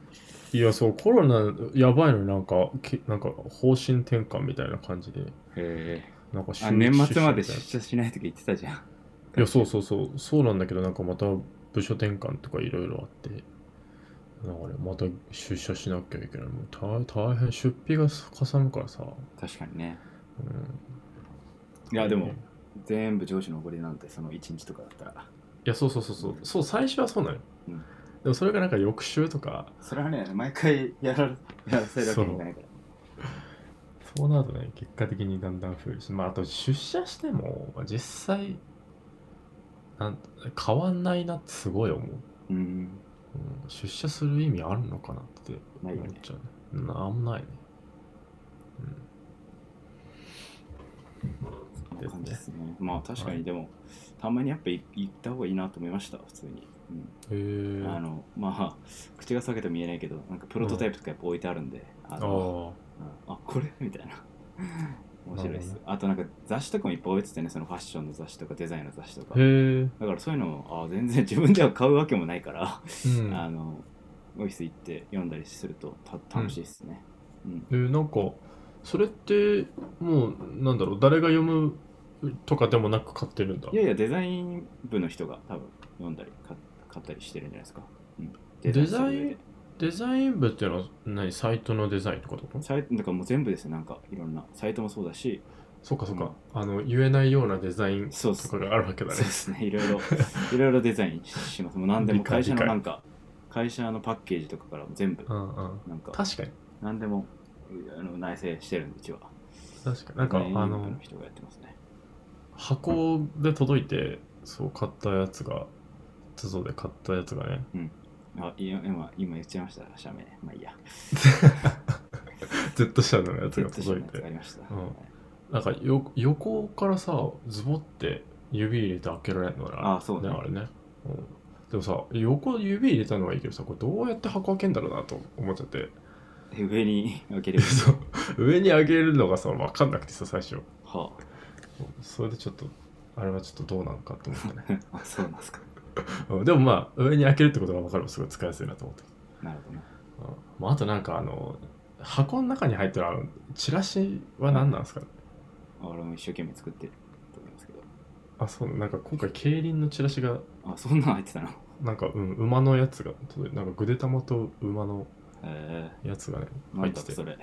いやそうコロナやばいのになんかけなんか方針転換みたいな感じで
へえ。
なんか週
あ年
出
末
社
まで
みたい
出
な
社しないとか言ってたじゃん。
いや、そうそうそう、そうなんだけど、なんかまた部署転換とかいろいろあって、なんかね、また出社しなきゃいけない。もう大大変、出費がかさむからさ。
確かにね。
うん、
いや、でも、全部上司のおごりなんて、その1日とかだったら。
いや、そうそうそうそう、そう、最初はそうなのよ。
うん
でもそれがなんか翌週とか、
それはね、毎回やらやらせるわけにいかないから。
そうなるとね、結果的にだんだん増えるし、まあ、あと出社しても、実際、なん変わんないなってすごい思う。
うん。
うん、出社する意味あるのかなって思っちゃうね。なんもないね。うん
そんな感じですね。まあ確かに、でも、たまにやっぱい行った方がいいなと思いました、普通に。
へ
うん、あ
ー
の、まあ、口が裂けても言えないけど、なんかプロトタイプとかやっぱ置いてあるんで、あ
あ
の
ー
うんあこれみたいな。 面白いです
なるほどね。
あとなんか雑誌とかもいっぱい置いててね、そのファッションの雑誌とかデザインの雑誌とか。
へえ、
だからそういうのもあ全然自分では買うわけもないから、
うん、
あのオフィス行って読んだりするとた楽しいですね。うん
えーなんかそれってもうなんだろう誰が読むとかでもなく買ってるんだ
いやいやデザイン部の人が多分読んだり買買ったりしてるんじゃないですか。うん
デザイン
する上で
デザイン部っていうのは何サイトのデザインとかってこと
サイトだからもう全部ですよなんかいろんなサイトもそうだし
そっかそっか、あの言えないようなデザイン
そうっ
と
す
かがあるわけ
そう
だね
ですねいろい ろいろいろデザインしますもう何でも
理解
会社の
理解
なんか会社のパッケージとかからも全部
うんうん
なんか
確かに
何でもあの内製してるんでうちは。
確かになんか、
ね
あ
ユニーク
の
な人がやってますね。
箱で届いてそう買ったやつが図像で買ったやつがね
あ、いや、今、今言っちゃいました、社名。まあいいや。
Z 社のやつが
ずっと
届
社名
い
使
て
いました。
うん
はい
なんかよ横からさズボって指入れて開けられるの
あ
あ
あ、そう
れ
ね
ね。あれね、うん、でもさ横指入れたのはいいけどさこれどうやって箱開けんだろうなと思っちゃって
で上に開ければ。
そう上に上げるのがさ分かんなくてさ最初
は
それでちょっとあれはちょっとどうなんかと思ったね
あ、あ、そうなんですか。
うんでもまあ上に開けるってことが分かればすごい使いやすいなと思って
なるほどね。
うんまあ、あとなんかあの箱の中に入ってるあのチラシは何なんですかね、
あ俺も一生懸命作ってると思いますけど。
あそうなんか今回競輪のチラシが
あ、そんなん入ってたの。へ
なんか、うん、馬のやつが届いてなんかぐで玉と馬の
え
やつがね
ー、 な
入
ん
って
だ
て
それ。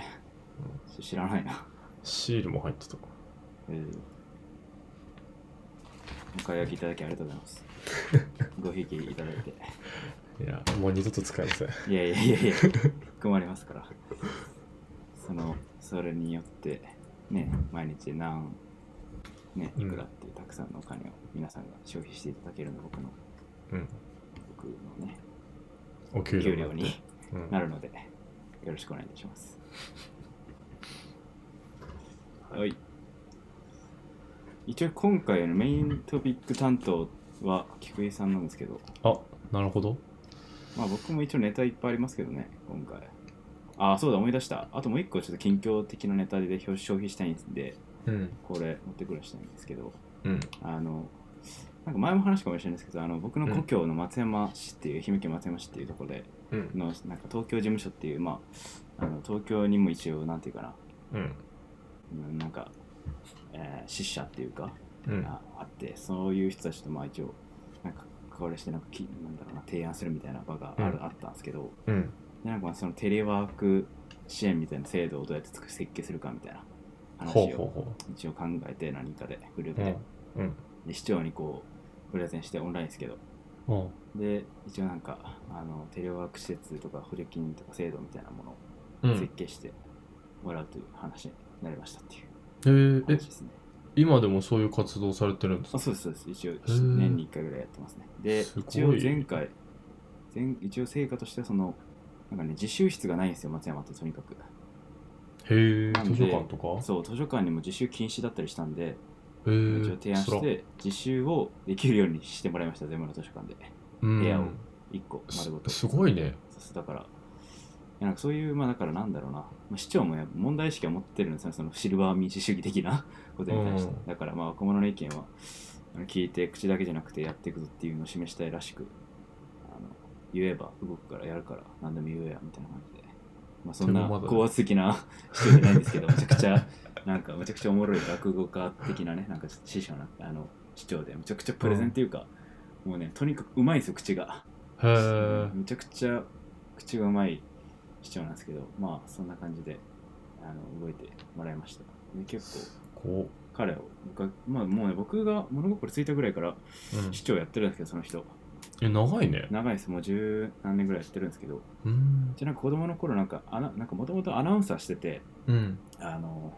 知らないな。
シールも入ってた
えー、お買い上げいただきありがとうござい ます。ごひいきいただいて。
いやもう二度と使えません
いやいやいや いや、困りますから。その、それによって、ね、毎日何、ね、いくらっていうたくさんのお金を皆さんが消費していただけるのが僕の、
うん
僕のね、
お給料
給料に
うん
なるので、よろしくお願いいたします。はい。一応今回のメイントピック担当は菊井さんなんですけど、
あなるほど
まあ僕も一応ネタいっぱいありますけどね、今回。ああ、そうだ、思い出した。あともう一個ちょっと近況的なネタで表消費したいんで、
うん
これ持ってくるしたいんですけど、
うん
あの、なんか前も話したかもしれないですけど、あの僕の故郷の松山市っていう、愛媛県松山市っていうところで
うん
の、なんか東京事務所っていう、まあ、あの東京にも一応、なんていうかな、
うん
うんなんか、えー、支社っていうか、
うん
ああってそういう人たちとまあ一応なんか関わりしてなんかきなんだろうな提案するみたいな場があ,、
うん
あったんですけど
うん
でなんかまあそのテレワーク支援みたいな制度をどうやってつく設計するかみたいな話を
ほ
一応考えて何かでグルー
う
プ
う
で,、
うんうん
で市長にこうプレゼンしてオンラインですけど
うん
で一応なんかあのテレワーク施設とか補助金とか制度みたいなもの
う
を設
ん
計してもらうという話になりましたっていう
えーえ
話ですね。
今でもそういう活動されてるんです
あ
か
そうですそうです一応
ー
年に1回ぐらいやってますねです
ごい
一応前回前一応成果としてはそのなんかね自習室がないんですよ松山ってとにかく
へえ
なんで
図書館とか
そう図書館にも自習禁止だったりしたんで、
へえ
一応提案して自習をできるようにしてもらいました全部の図書館で
部
屋を1個丸ごと
すごいね
そうそうだからいやなんかそういうまあだからなんだろうな、まあ、市長もや問題意識は持ってるんですよねそのシルバー民主主義的な ことに対して、
うん
だからまあ若者の意見はあの聞いて口だけじゃなくてやっていくぞっていうのを示したいらしくあの言えば動くからやるから何でも言えやみたいな感じで、まあ、そん
手
な
ごまだね
高圧的な 人じゃないんですけどめちゃくちゃなんかめちゃくちゃおもろい落語家的なねなんか師匠なあの市長でめちゃくちゃプレゼンっていうか、もうねとにかくうまいんですよ口が。
へえ
めちゃくちゃ口がうまい市長なんですけど、まあそんな感じであの動いてもらいました。で結構
こ
彼を僕は、まあもうね、僕が物心ついたぐらいから
う、うん、
市長やってるんですけど、その人。
え長いね
長いです、もう十何年ぐらいやってるんですけど、
うん
じゃなんか子供の頃なんか、あななんかもともとアナウンサーしてて、
うん
あの、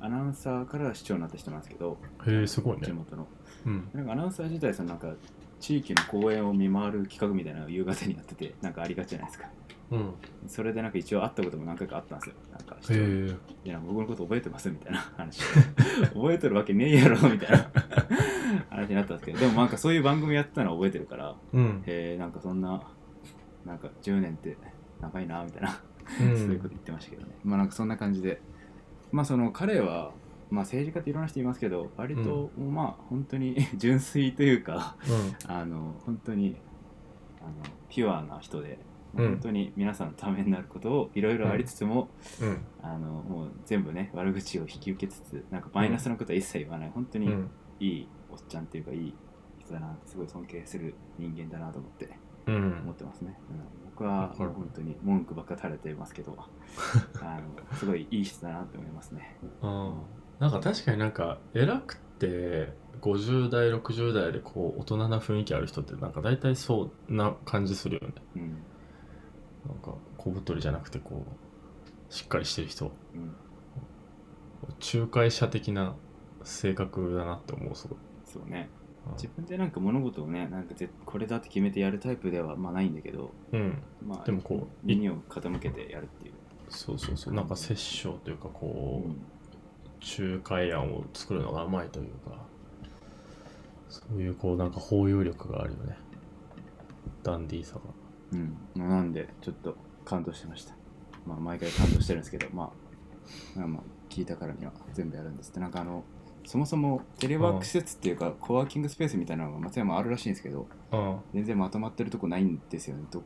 アナウンサーから市長になった人なんですけど、
へえすごいね
地元の。
うん
なんかアナウンサー自体、そのなんか地域の公演を見回る企画みたいなのを夕方にやってて、なんかありがちじゃないですか。
うん
それでなんか一応会ったことも何回かあったんですよ。なんか
へえ
いや僕のこと覚えてますみたいな話。覚えてるわけねえやろみたいな話になったんですけど、でもなんかそういう番組やってたのは覚えてるから、
うん
へえ、なんかそんな、なんか10年って長いなみたいな、
う
そういうこと
ん
言ってましたけどね。まあなんかそんな感じで、まあその彼は、まあ政治家っていろんな人いますけど、割と、まあ本当に 純粋というか、あの本当にあのピュアな人で、
うん
本当に皆さんのためになることをいろいろありつつも、
うん
あのもう全部ね悪口を引き受けつつなんかマイナスなことは一切言わない、本当
う
に
ん
いいおっちゃんっていうかいい人だなすごい尊敬する人間だなと思って
う
思っ
ん
てますね、うん、僕は
わか
もう
る
本当に文句ばっか垂れてますけ どあのすごいいい人だなって思いますね
あーなんか確かになんか偉くて50代60代でこう大人な雰囲気ある人ってなんか大体そうな感じするよね
うん
なんか小太りじゃなくてこうしっかりしてる人
うん
仲介者的な性格だなって思うすごい
そうね自分でなんか物事をねなんかぜこれだって決めてやるタイプではまあないんだけど、
うん
まあ、
でもこうい
耳を傾けてやるっていう、
そうそうそうなんか殺生というか
う
こう、
ん
仲介案を作るのがうまいというかそういうこうなんか包容力があるよねダンディーさが
うんなんでちょっと感動してましたまあ毎回感動してるんですけどまあまあまあ聞いたからには全部やるんですってなんかあのそもそもテレワーク施設っていうかコワーキングスペースみたいなのが松山あるらしいんですけど
あ
全然まとまってるとこないんですよねど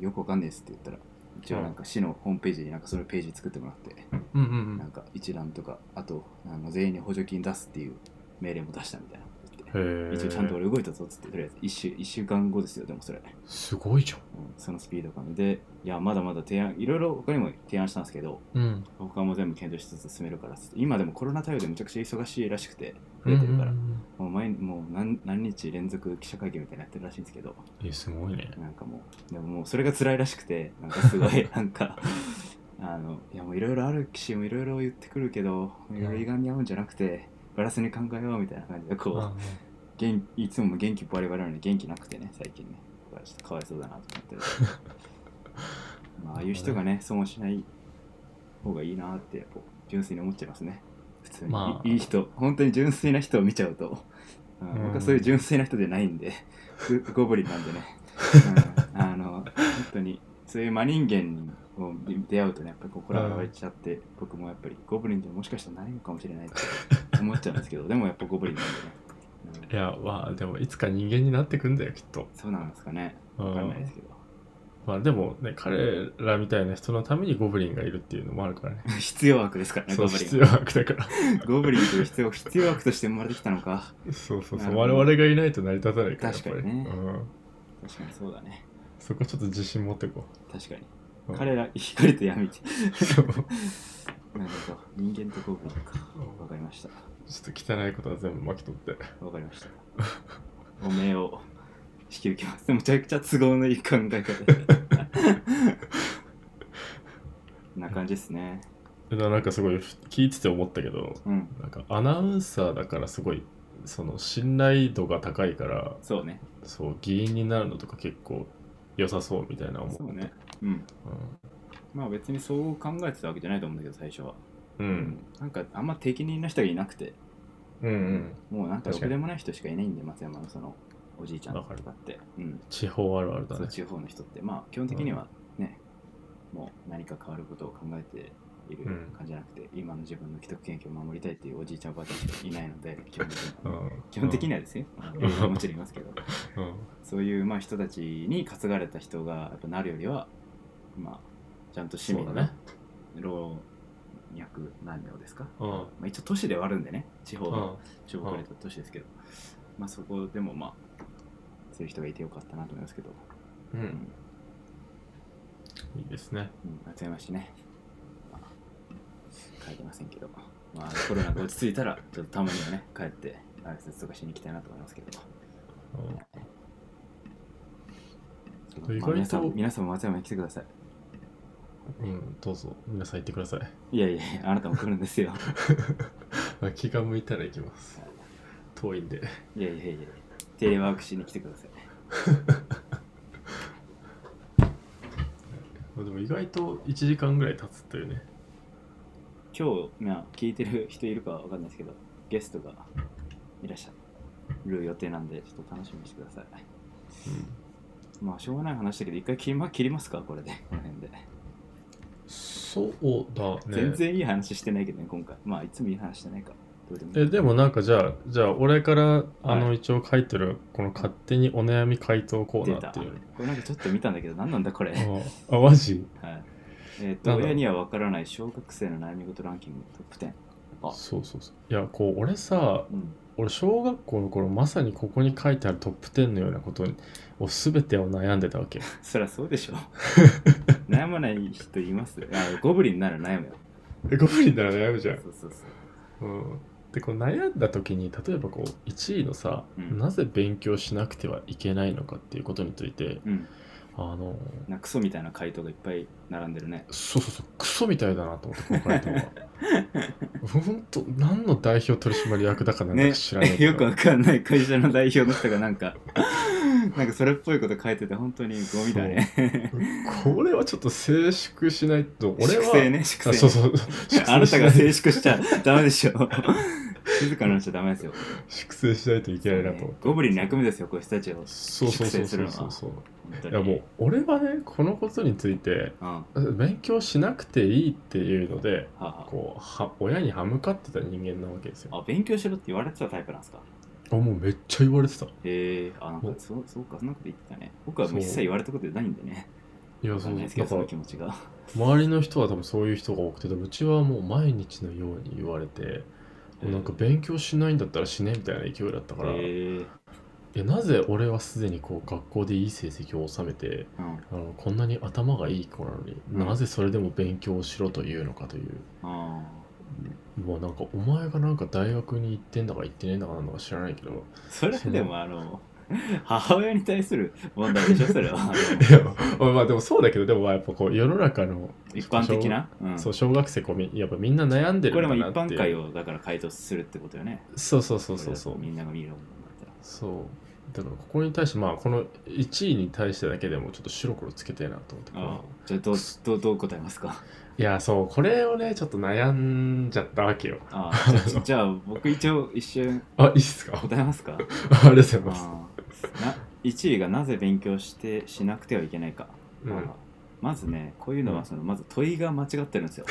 よくわかんないですって言ったら一応なんか市のホームページになんかそういうページ作ってもらって
あうんう
なんか一覧とか、あとあの全員に補助金出すっていう命令も出したみたいなこと言って。
へえ
一応ちゃんと俺動いたぞっつって、とりあえず1週 ,1 週間後ですよ、でもそれ、う
すごいじゃん
んそのスピード感で、いや、まだまだ提案、いろいろ他にも提案したんですけど、
うん
他も全部検討しつつ進めるからっつって、今でもコロナ対応でむちゃくちゃ忙しいらしくて、
うん
増え
う
てるから、
ん
もう毎もう何何日連続記者会見みたいなのやってるらしいんですけど、
えすごいね
なんかもう、でももうそれが辛いらしくて、なんかすご い、なんか、あの、いやもういろいろある棋士もいろいろ言ってくるけど、いろいろいがみ合うんじゃなくて、プラスに考えようみたいな感じで、こう、
あ
元気いつも元気バリバリなのに元気なくてね、最近ね、僕はちょっとかわいそうだなと思ってる。まあ、ああいう人がね、損をしない方がいいなって、こう純粋に思っちゃいますね。普通に、
まあ
いいい人、本当に純粋な人を見ちゃうと、うん
うん
僕はそういう純粋な人じゃないんで、ゴゴブリンなんでね、うんあの、本当に、そういう真人間を出会うとね、やっぱり心が湧いちゃって、僕もやっぱりゴブリンじゃもしかしたらないのかもしれないって思っちゃうんですけど、でもやっぱゴブリンなんでね。うん
いやまあでもいつか人間になってくんだよきっと
そうなんですかね。
うん
わかんないですけど。
まあでもね彼らみたいな人のためにゴブリンがいるっていうのもあるからね
必要悪ですからね、
そ
ゴ
う
ブリ
必
ン
要。悪だから
ゴブリンという必要 必要悪として生まれてきたのか。
そうそう
な
そ
る
う
ほ
我
ど
々がいないと成り立たないから
確かにね
やっぱりうん、
確かにそうだね。
そこちょっと自信持ってこ
確かに。
う、うん
彼ら、 光と闇。
そう ちょっ
なるほど。人間とゴブリンか。わかりました。
と汚いことは全部巻き取って
わかりました。おめえを引き受けます。でもめちゃくちゃ都合のいい考え 方。こんな感じですね。
でなんかすごい聞いてて思ったけど
うん。
なんかアナウンサーだからすごいその信頼度が高いから
そうね。
そう議員になるのとか結構良さそうみたいな思
そう
う
ね。うん。
う
まあ別にそう考えてたわけじゃないと思うんだけど、最初は。
ん
なんかあんま適任な人がいなくて、
うんうん
もうなんかろ
確か
く
に
でもない人しかいないんで、松山のそのおじいちゃんとかって、うん、
地方あるあるだ
そ
ね
う地方の人って、まあ基本的にはね、もう何か変わることを考えている
うん
感じじゃなくて、今の自分の既得権益を守りたいっていうおじいちゃんおばあちゃんしかいないので、基本的には
うん
基本的に
は
はですよ、
ん
いろいろもちろんいますけど、
うん
そういうまあ人たちに担がれた人がやっぱなるよりは、まあ、ちゃんと市民
そ
の
うだね
老若男女ですか、
うん
まあ、一応都市ではあるんでね、地方
う
の
ん
地方からた年ですけど、まあそこでもまあ、そういう人がいてよかったなと思いますけど、
う、
うん
いいですね
うん、松山市ね、まあ、帰りませんけど、まあコロナが落ち着いたら、ちょっとたまにはね、帰って挨拶とかしに行きたいなと思いますけど、
と意外と
まあ皆さん、皆さんも松山に来てください。
うん、うん、どうぞ皆さん行ってください
いやいや、あなたも来るん ですよ。
あ気が向いたら行きます遠いんで
いやいやいや、テレワークしに来てください。
まあでも意外と1時間ぐらい経つというね
今日、まあ、聞いてる人いるかわかんないですけど、ゲストがいらっしゃる予定なんで、ちょっと楽しみにしてください。まあしょうがない話だけど一回切り,、ま、切りますかこれでこの辺で、
そうだね
全然いい話してないけどね今回まあいつもいい話してないかどうでもい
え
い
でもなんかじゃあじゃあ俺からあ
は
の
い
一応書いてるこの勝手にお悩み回答コー
出
ナー
た
っていう
これなんかちょっと見たんだけど何なんだこれ、はい、
ああマジ
えっ、と
なんだろう
親には分からない小学生の悩み事ランキングトップ10あ
そうそうそういやこう俺さ
うん
俺小学校の頃まさにここに書いてあるトップ10のようなことにを全てを悩んでたわけ
そりゃそうで しょ悩まない人いますあゴブリンなら悩むよ
えゴブリンなら悩むじゃん
そうそうそう
うんでこう悩んだ時に例えばこう1位のさ、
うん
なぜ勉強しなくてはいけないのかっていうことについて
うん
あの
なんかクソみたいな回答がいっぱい並んでるね
そうそうそうクソみたいだなと思ってこの回答がう本当何の代表取締役だかなんだ
ね
か知らない、けど
よくわかんない会社の代表の人がなんか なんかそれっぽいこと書いてて本当にゴミだね
これはちょっと静粛しないと俺
粛
は、
清ね粛
あ
清
そうそう
あなたが
粛
静粛しちゃダメでしょ 静かになっちゃダメですよ
粛清しないといけないなと
ゴブリンの役目ですよこういう人たちを
そうそうそうそうそうそう
本当
い
に
やもう俺はねこのことについて
うんは
勉強しなくていいっていうので
あは
こうは親に歯向かってた人間なわけですよ
ああ勉強しろって言われてたタイプなんですか
あもうめっちゃ言われてた
へえあなんかそうそうかそんなこと言ってたね僕はもう一
そう
切言われたことないんでね
いや
わ
そ
か
うん
ないですけ
だ
どそ
から
の気持ちが
周りの人は多分そういう人が多くてでもうちはもう毎日のように言われてもうなんか勉強しないんだったらしねみたいな勢いだったから、
へえ
いやなぜ俺はすでにこう学校でいい成績を収めて
うん
あのこんなに頭がいい子なのに、
うん
なぜそれでも勉強をしろというのかという
あ
もうなんかお前がなんか大学に行ってんだか行ってねえんだかなんだか知らないけど
ーそれでもあの母親に対する問題でしょそれ はあの
いやまあまあでもそうだけどでもまあやっぱこう世の中の、
一般的な、うん
そう小学生こうみやっぱみんな悩んで
これ
る
も
ん
一
だなっ
般
てい
会
う
をだから回答するってことよね。
そうそうそうそうそう
これみんなが見るものだっ
そうだからここに対してまあこの1位に対してだけでもちょっと白黒つけてえなと思って
たら。ああじゃあどうどうどう答えますか
いやそうこれをねちょっと悩んじゃったわけよ
ああ じゃあじゃあ僕一応一瞬
あいいっすか
答えますか
ありがとうございます
ああな1位がなぜ勉強してしなくてはいけないか。
うん
ああまずね、こういうのはそのまず問いが間違ってるん ですよ。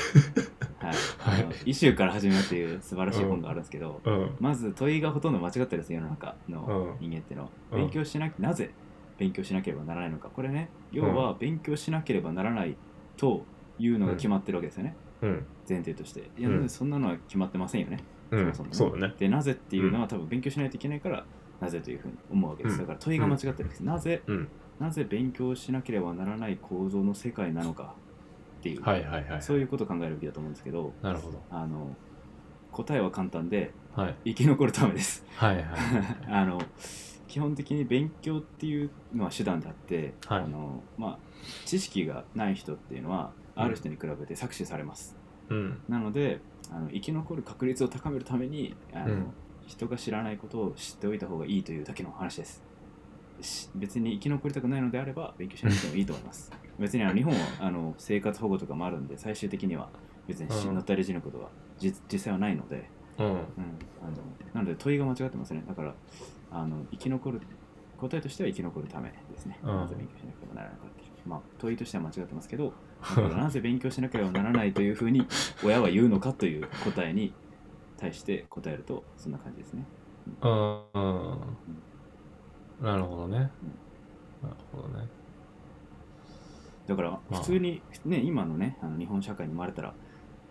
はい。
はい
あのイシューから始めるっていう素晴らしい本があるんですけど、
うん
まず問いがほとんど間違ってるんですよ、世の中の
うん
人間ってのは。
うん
勉強しなきなぜ勉強しなければならないのか。これね、要は勉強しなければならないというのが決まってるわけですよね、
うん
前提として。いや、
うん
そんなのは決まってませんよね。
うん
そもそ
そ
も
うだね
で、なぜっていうのは多分勉強しないといけないから、なぜというふうに思うわけで
う
す。
ん
だから問いが間違ってるわけです。なぜ、
うん
なぜ勉強しなければならない構造の世界なのかっていう、
はいはいはい
そういうことを考えるべきだと思うんですけど、
なるほど
あの答えは簡単で、
はい
生き残るためです。
はいはい
あの基本的に勉強っていうのは手段であって、
はい
あのまあ、知識がない人っていうのは
うん
ある人に比べて搾取されます、
うん
なのであの生き残る確率を高めるためにあの、
うん
人が知らないことを知っておいた方がいいというだけの話ですし別に生き残りたくないのであれば勉強しなくてもいいと思い ます別にあの日本はあの生活保護とかもあるんで最終的には別に死
うん
のったり死ぬことは実実際はないので、
うん
うん、あのなので問いが間違ってますね。だからあの生き残る答えとしては生き残るためですね。
うん
なぜ勉強しなければならないのかっていう。まあ問いとしては間違ってますけど、だからなぜ勉強しなければならないというふうに 親は言うのかという答えに対して答えるとそんな感じですね。
うんうんなるほどねなるほどね
だから
まあ
普通に、ね、今のねあの日本社会に生まれたら、
う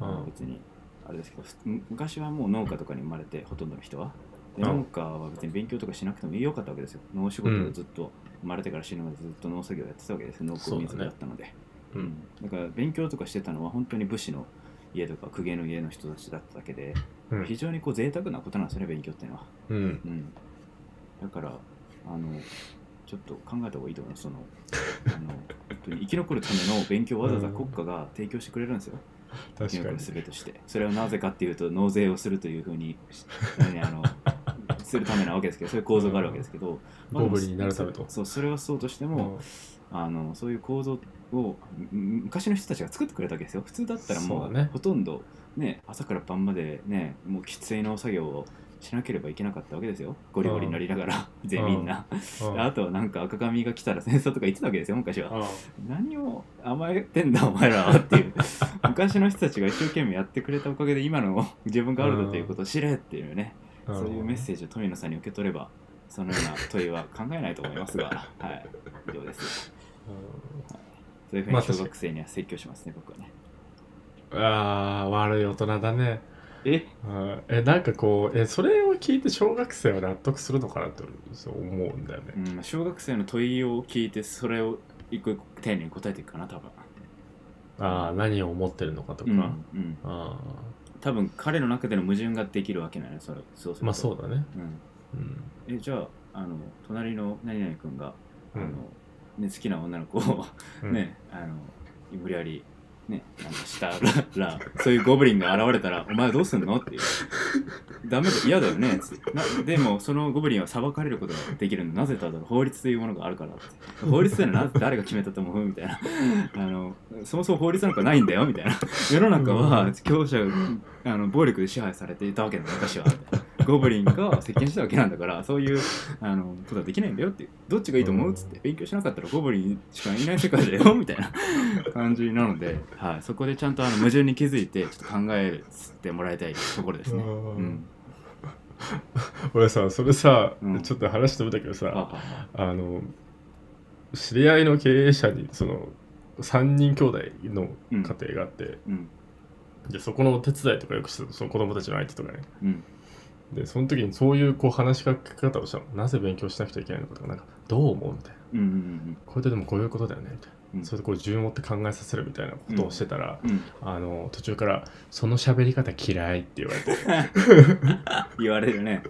あの
ん
別にあれですけどふ昔はもう農家とかに生まれてほとんどの人はで
うん
農家は別に勉強とかしなくてもいいよかったわけですよ農仕事をずっと、生まれてから死ぬまでずっと農作業やってたわけですよ農耕民族だったので
う
うんんだから勉強とかしてたのは本当に武士の家とか公家の家の人たちだっただけで、
うん
非常にこう贅沢なことなんですよね勉強っていうのは、
うん
うん、だからあのちょっと考えた方がいいと思いますそのあの本当に生き残るための勉強をわざわざ国家が提供してくれるんですよ、
確かに
すべとしてそれはなぜかっていうと納税をするというふうに、ね、 あのするためなわけですけどそういう構造があるわけですけど、まあ
ゴブリンになるためと
そうそれはそうとしても、
も
あのそういう構造をむ昔の人たちが作ってくれたわけですよ普通だったらも
そううだね
ほとんど、ね、朝から晩まで、ね、もうきつい農作業をしなければいけなかったわけですよゴリゴリになりながら、 全員みんな、
うん
あとはなんか赤髪が来たら戦争とか言ってたわけですよ昔は、
うん
何を甘えてんだお前らはっていう 昔の人たちが一生懸命やってくれたおかげで今の自分があるんだということを知れっていうねそういうメッセージを富野さんに受け取ればそのような問いは考えないと思います がはい以上ですそういうふう
ま
に
あ確
小
かに
学生には説教しますね僕はね
うんああ悪い大人だね
え
うんえなんかこうえそれを聞いて小学生は納得するのかなって俺そう思うんだよね
うん小学生の問いを聞いてそれを一個一個丁寧に答えていくかな多分
ああ何を思ってるのかとか、
うん、う
あ
ん、
あ
多分彼の中での矛盾ができるわけなのよそれそうすると
まあそうだね
うん
うん、
えじゃああの隣の何々君が
う
あの
ん
ね、好きな女の子を、
うん
ねあの無理やりね、なんかしたら、らそういうゴブリンが現れたら、お前どうすんのっていう。ダメだ、嫌だよねっつってなでも、そのゴブリンは裁かれることができるのなぜだろう法律というものがあるからって。法律というのはな誰が決めたと思うみたいな。あの、そもそも法律なんかないんだよみたいな。世の中は強者あの暴力で支配されていたわけだ、昔は。みたいなゴブリンが接見したわけなんだから、 そういうあのことはできないんだよっていう。どっちがいいと思うっつって、勉強しなかったらゴブリンしかいない世界だ よみたいな。感じなので、はい、そこでちゃんとあの矛盾に気づいてちょっと考えてもらいたいところですね。う
うん
ん、
俺さそれさ、
うん
ちょっと話してみたけどさ、
はあはあ
あの知り合いの経営者にその3人兄弟の家庭があって、
うん
でそこのお手伝いとかよくしてたその子供たちの相手とかね
うん
でその時にそういうこう話しかけ方をしたのなぜ勉強しなくちゃいけないのかとかなんかどう思うみたいな
うんうん
これででもこういうことだよねみたいな、
うん
それでこう順を追って考えさせるみたいなことをしてたら、
うんうん
あの途中から「その喋り方嫌い」って言われて
言われるね。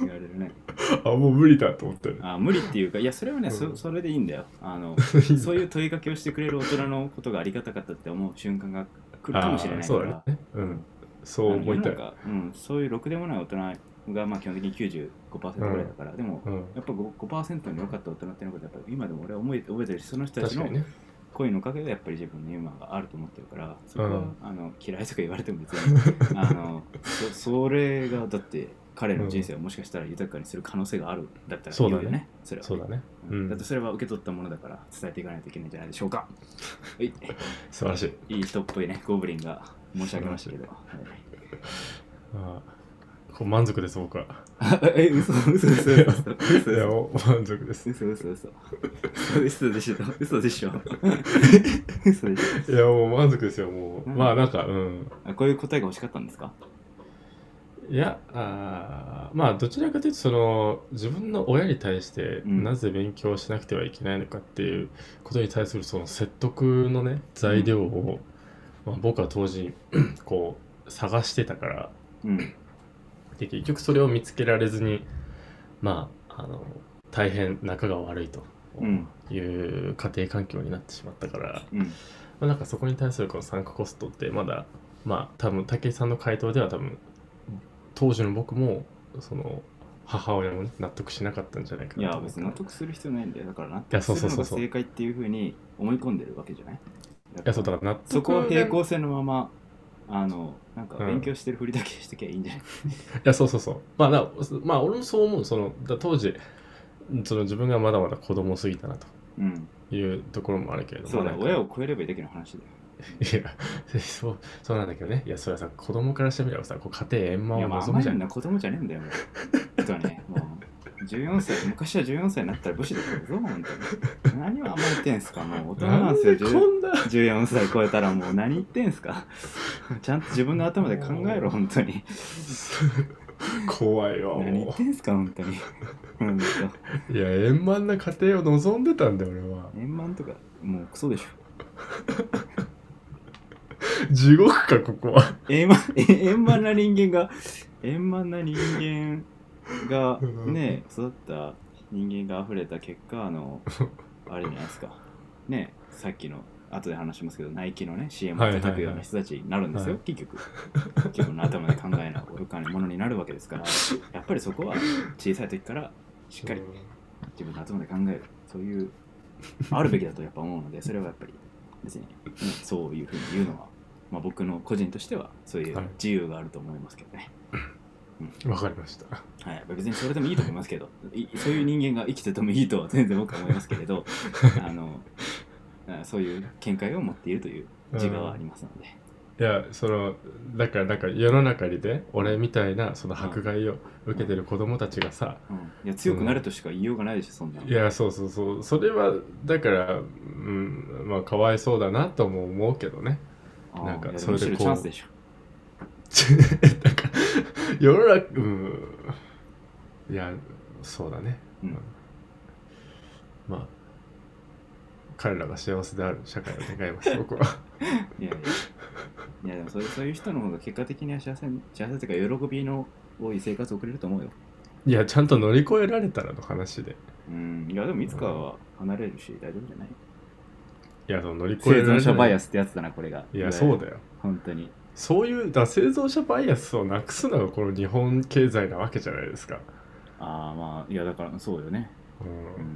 言われるね。
あもう無理だと思って
あ無理っていうか、いや、それはね、
う
そ
ん
それでいいんだよ。あ のそういう問いかけをしてくれる大人のことがありがたかったって思う瞬間が来るかもしれ
あ
な
ー
いか
そう
ら
だ。ねうんそう思いたい、
あの世の中うん、そういうろくでもない大人が、まあ、基本的に95%ぐらいだから、でも、
うん、
やっぱ 5%, 5に良かった大人っていうのがやっぱり今でも俺は思え覚えてるしその人たち
確か
の
にね
恋のおかげでやっぱり自分のユーモアがあると思ってるからそこは、
うん
あの嫌いとか言われても別に あのそそれがだって彼の人生をもしかしたら豊かにする可能性があるだったら
そう
いい
だ
よ
ね
ねねそれは
そうだね
う
うん
んだってそれは受け取ったものだから伝えていかないといけないんじゃないでしょう かはい
素晴らしい
いい人っぽいねゴブリンが申し上げましたけど、
あーこう満足です僕は
はい、 え嘘嘘嘘嘘嘘
いや
嘘
もう満足です
嘘嘘嘘嘘でしょ嘘でし ょ嘘でしょ
いやもう満足ですよもう
うん
まあなんかうん
あこういう答えが欲しかったんですか
いやあーまあどちらかというとその自分の親に対して
うん
なぜ勉強しなくてはいけないのかっていうことに対するその説得のね材料を、まあ、僕は当時 こう探してたから
うん
で結局それを見つけられずにまああの大変仲が悪いと
うん
いう家庭環境になってしまったから、
うん
まあ、なんかそこに対するこの参加コストってまだまあ多分武井さんの回答では多分当時の僕もその母親もね納得しなかったんじゃないか
い
な
や
と思う
別に納得する必要ないんだよだから納
いや
得
そう
す
そう
るの
そう
が
そう
正解っていうふうに思い込んでるわけじゃないだ
いやそうだから納得
そこは
が
平行線のままあのなんか
うん
勉強してるふりだけしてきゃいいんじゃない、
いやそうそうそうまあなまあ俺もそう思うそのだ当時その自分がまだまだ子供すぎたなと
うん、
いうところもあるけれども
そうだ
なんか
親を超えればいいだけの話だよ
いや そうそうなんだけどねいやそれはさ子供からしてみればさこう家庭円
い
満
や
を
まあ
望む
甘
じゃ
い
ん
んだ子供じゃねえんだよもう人はねもう14歳昔は14歳になったら武士だったぞ本当に何を甘えてんすかもう大人なんですよ
なんで
14
こんな
14歳超えたらもう何言ってんすかちゃんと自分の頭で考えろ本当に
怖いわ
何言
も
ってんすか本当に本
ういや円満な家庭を望んでたんだよ俺は
当円満とかもうクソでしょ
地獄かここは
円満円満な人間が円満な人間がね育った人間が溢れた結果あのあれじゃないですかねさっきの後で話しますけどナイキのね CM を叩くような人たちになるんですよ、
は
結局結局の頭で考えな愚かなものになるわけですからやっぱりそこは小さい時からしっかり自分の頭で考えるそういうあるべきだとやっぱ思う のでそれはやっぱり別に、ねそういうふうに言うのは、まあ、僕の個人としてはそういう
はい
自由があると思いますけどね、
わかりました
はい、別にそれでもいいと思いますけどい そういう人間が生きててもいいとは全然僕は思いますけれ どあのあそういう見解を持っているという自我はありますので、
いやそのだからなんか世の中にね俺みたいなその迫害を受けてる子供たちがさ
うんいや強くなるとしか言いようがないでしょそんなの
いやそうそうそうそれはだからうんまあかわいそうだなとも思うけどね
あー
なんか
いや
それで
むしろ
こ
チャ
う
ンスでしょ
なんか世の中うんいやそうだね、
うん
まあ彼らが幸せである社会を願 います僕は
いやいや、いやでもそういうそういう人の方が結果的には幸せ、幸せというか喜びの多い生活を送れると思うよ。
いやちゃんと乗り越えられたらの話で
うん、いやでもいつかは離れるし大丈夫じゃない
いや、その乗り越
生
えられない
存者バイアスってやつだな、これが。
いや、そうだ
よ。
よ。
本当に。
そういう、だから生存者バイアスをなくすのがこの日本経済なわけじゃないですか。
ああ、まあ、いや、だからそうよね。
うん
う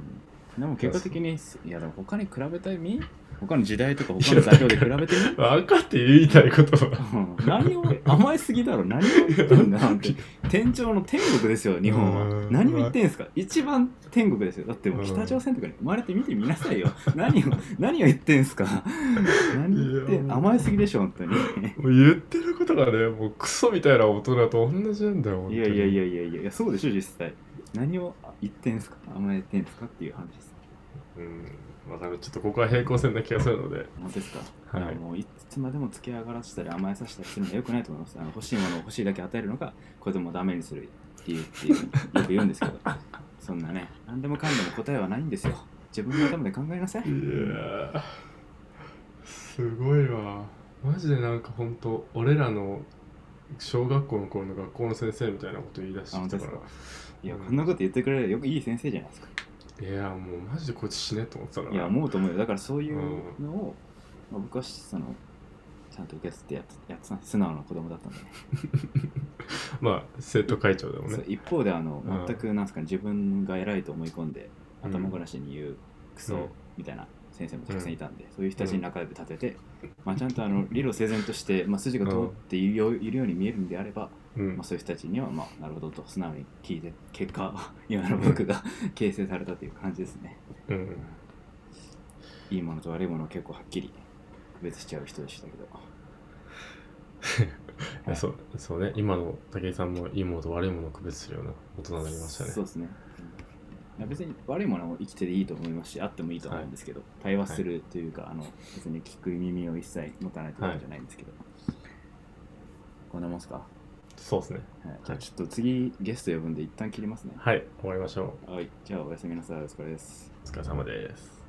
ん、でも結果的に、いや、でも他に比べたいみ他の時代とか他の材料で比べてみ
分かって言いたいことは
うん何を甘えすぎだろ何を言ってんだなんて天井の天国ですよ日本
う
は
ん
何を言ってんすか一番天国ですよだってもう
うん
北朝鮮とかに生まれてみてみなさいよ 何を何を言ってんすか何言って
い
ん
や
甘えすぎでしょ本当に
もう言ってることがねもうクソみたいな大人と同じなんだよ本当に
いやいやいやいやいやそうでしょ実際何を言ってんすか甘えてんすかっていう話です
うんまあ多分ちょっとここは平行線な気がするので
本当ですか、
はい
やもういつまでも付き上がらせたり甘えさせたりするのはよくないと思いますあの欲しいものを欲しいだけ与えるのが子供をダメにする理由っていうふうによく言うんですけどそんなね何でもかんでも答えはないんですよ自分の頭で考えなさい
いやーすごいわマジでなんか本当俺らの小学校の頃の学校の先生みたいなこと言い出して
あ本
き
当
た
で
か
すからいやこんなこと言ってくれるよくいい先生じゃないですか
いやもうマジでこいつ死ねと思ってたから
いや思うと思うよだからそういうのを、まあ僕はそのちゃんと受け付けてやってやってたんです素直な子供だったんでね
まあ生徒会長でも
そう
ね
一方であの
うん
全くなんすかね自分が偉いと思い込んで
うん
頭ごなしに言うク
う
ソ
ん
みたいな先生もたくさんいたんで、そういう人たちに仲良く立てて、まあ、ちゃんとあの理路整然として、まあ、筋が通っているよ,、いるように見えるんであれば、
うん
まあ、そういう人たちには、まあ、なるほどと素直に聞いて結果今の僕が 形成されたという感じですね
うん
いいものと悪いものを結構はっきり区別しちゃう人でしたけど
いやそうそうね今の武井さんもいいものと悪いものを区別するような大人になりましたね
そうですね。いや別に悪いものは生きてていいと思いますし、あってもいいと思うんですけど、対話するというか、あの別に聞く耳を一切持たないというわけじゃないんですけど。こんなもんすか、は
そうですね
い、じゃあちょっと次ゲスト呼ぶんで一旦切りますね。
はい終わりましょう
はい、じゃあおやすみなさい。お疲れです。
お疲れ様です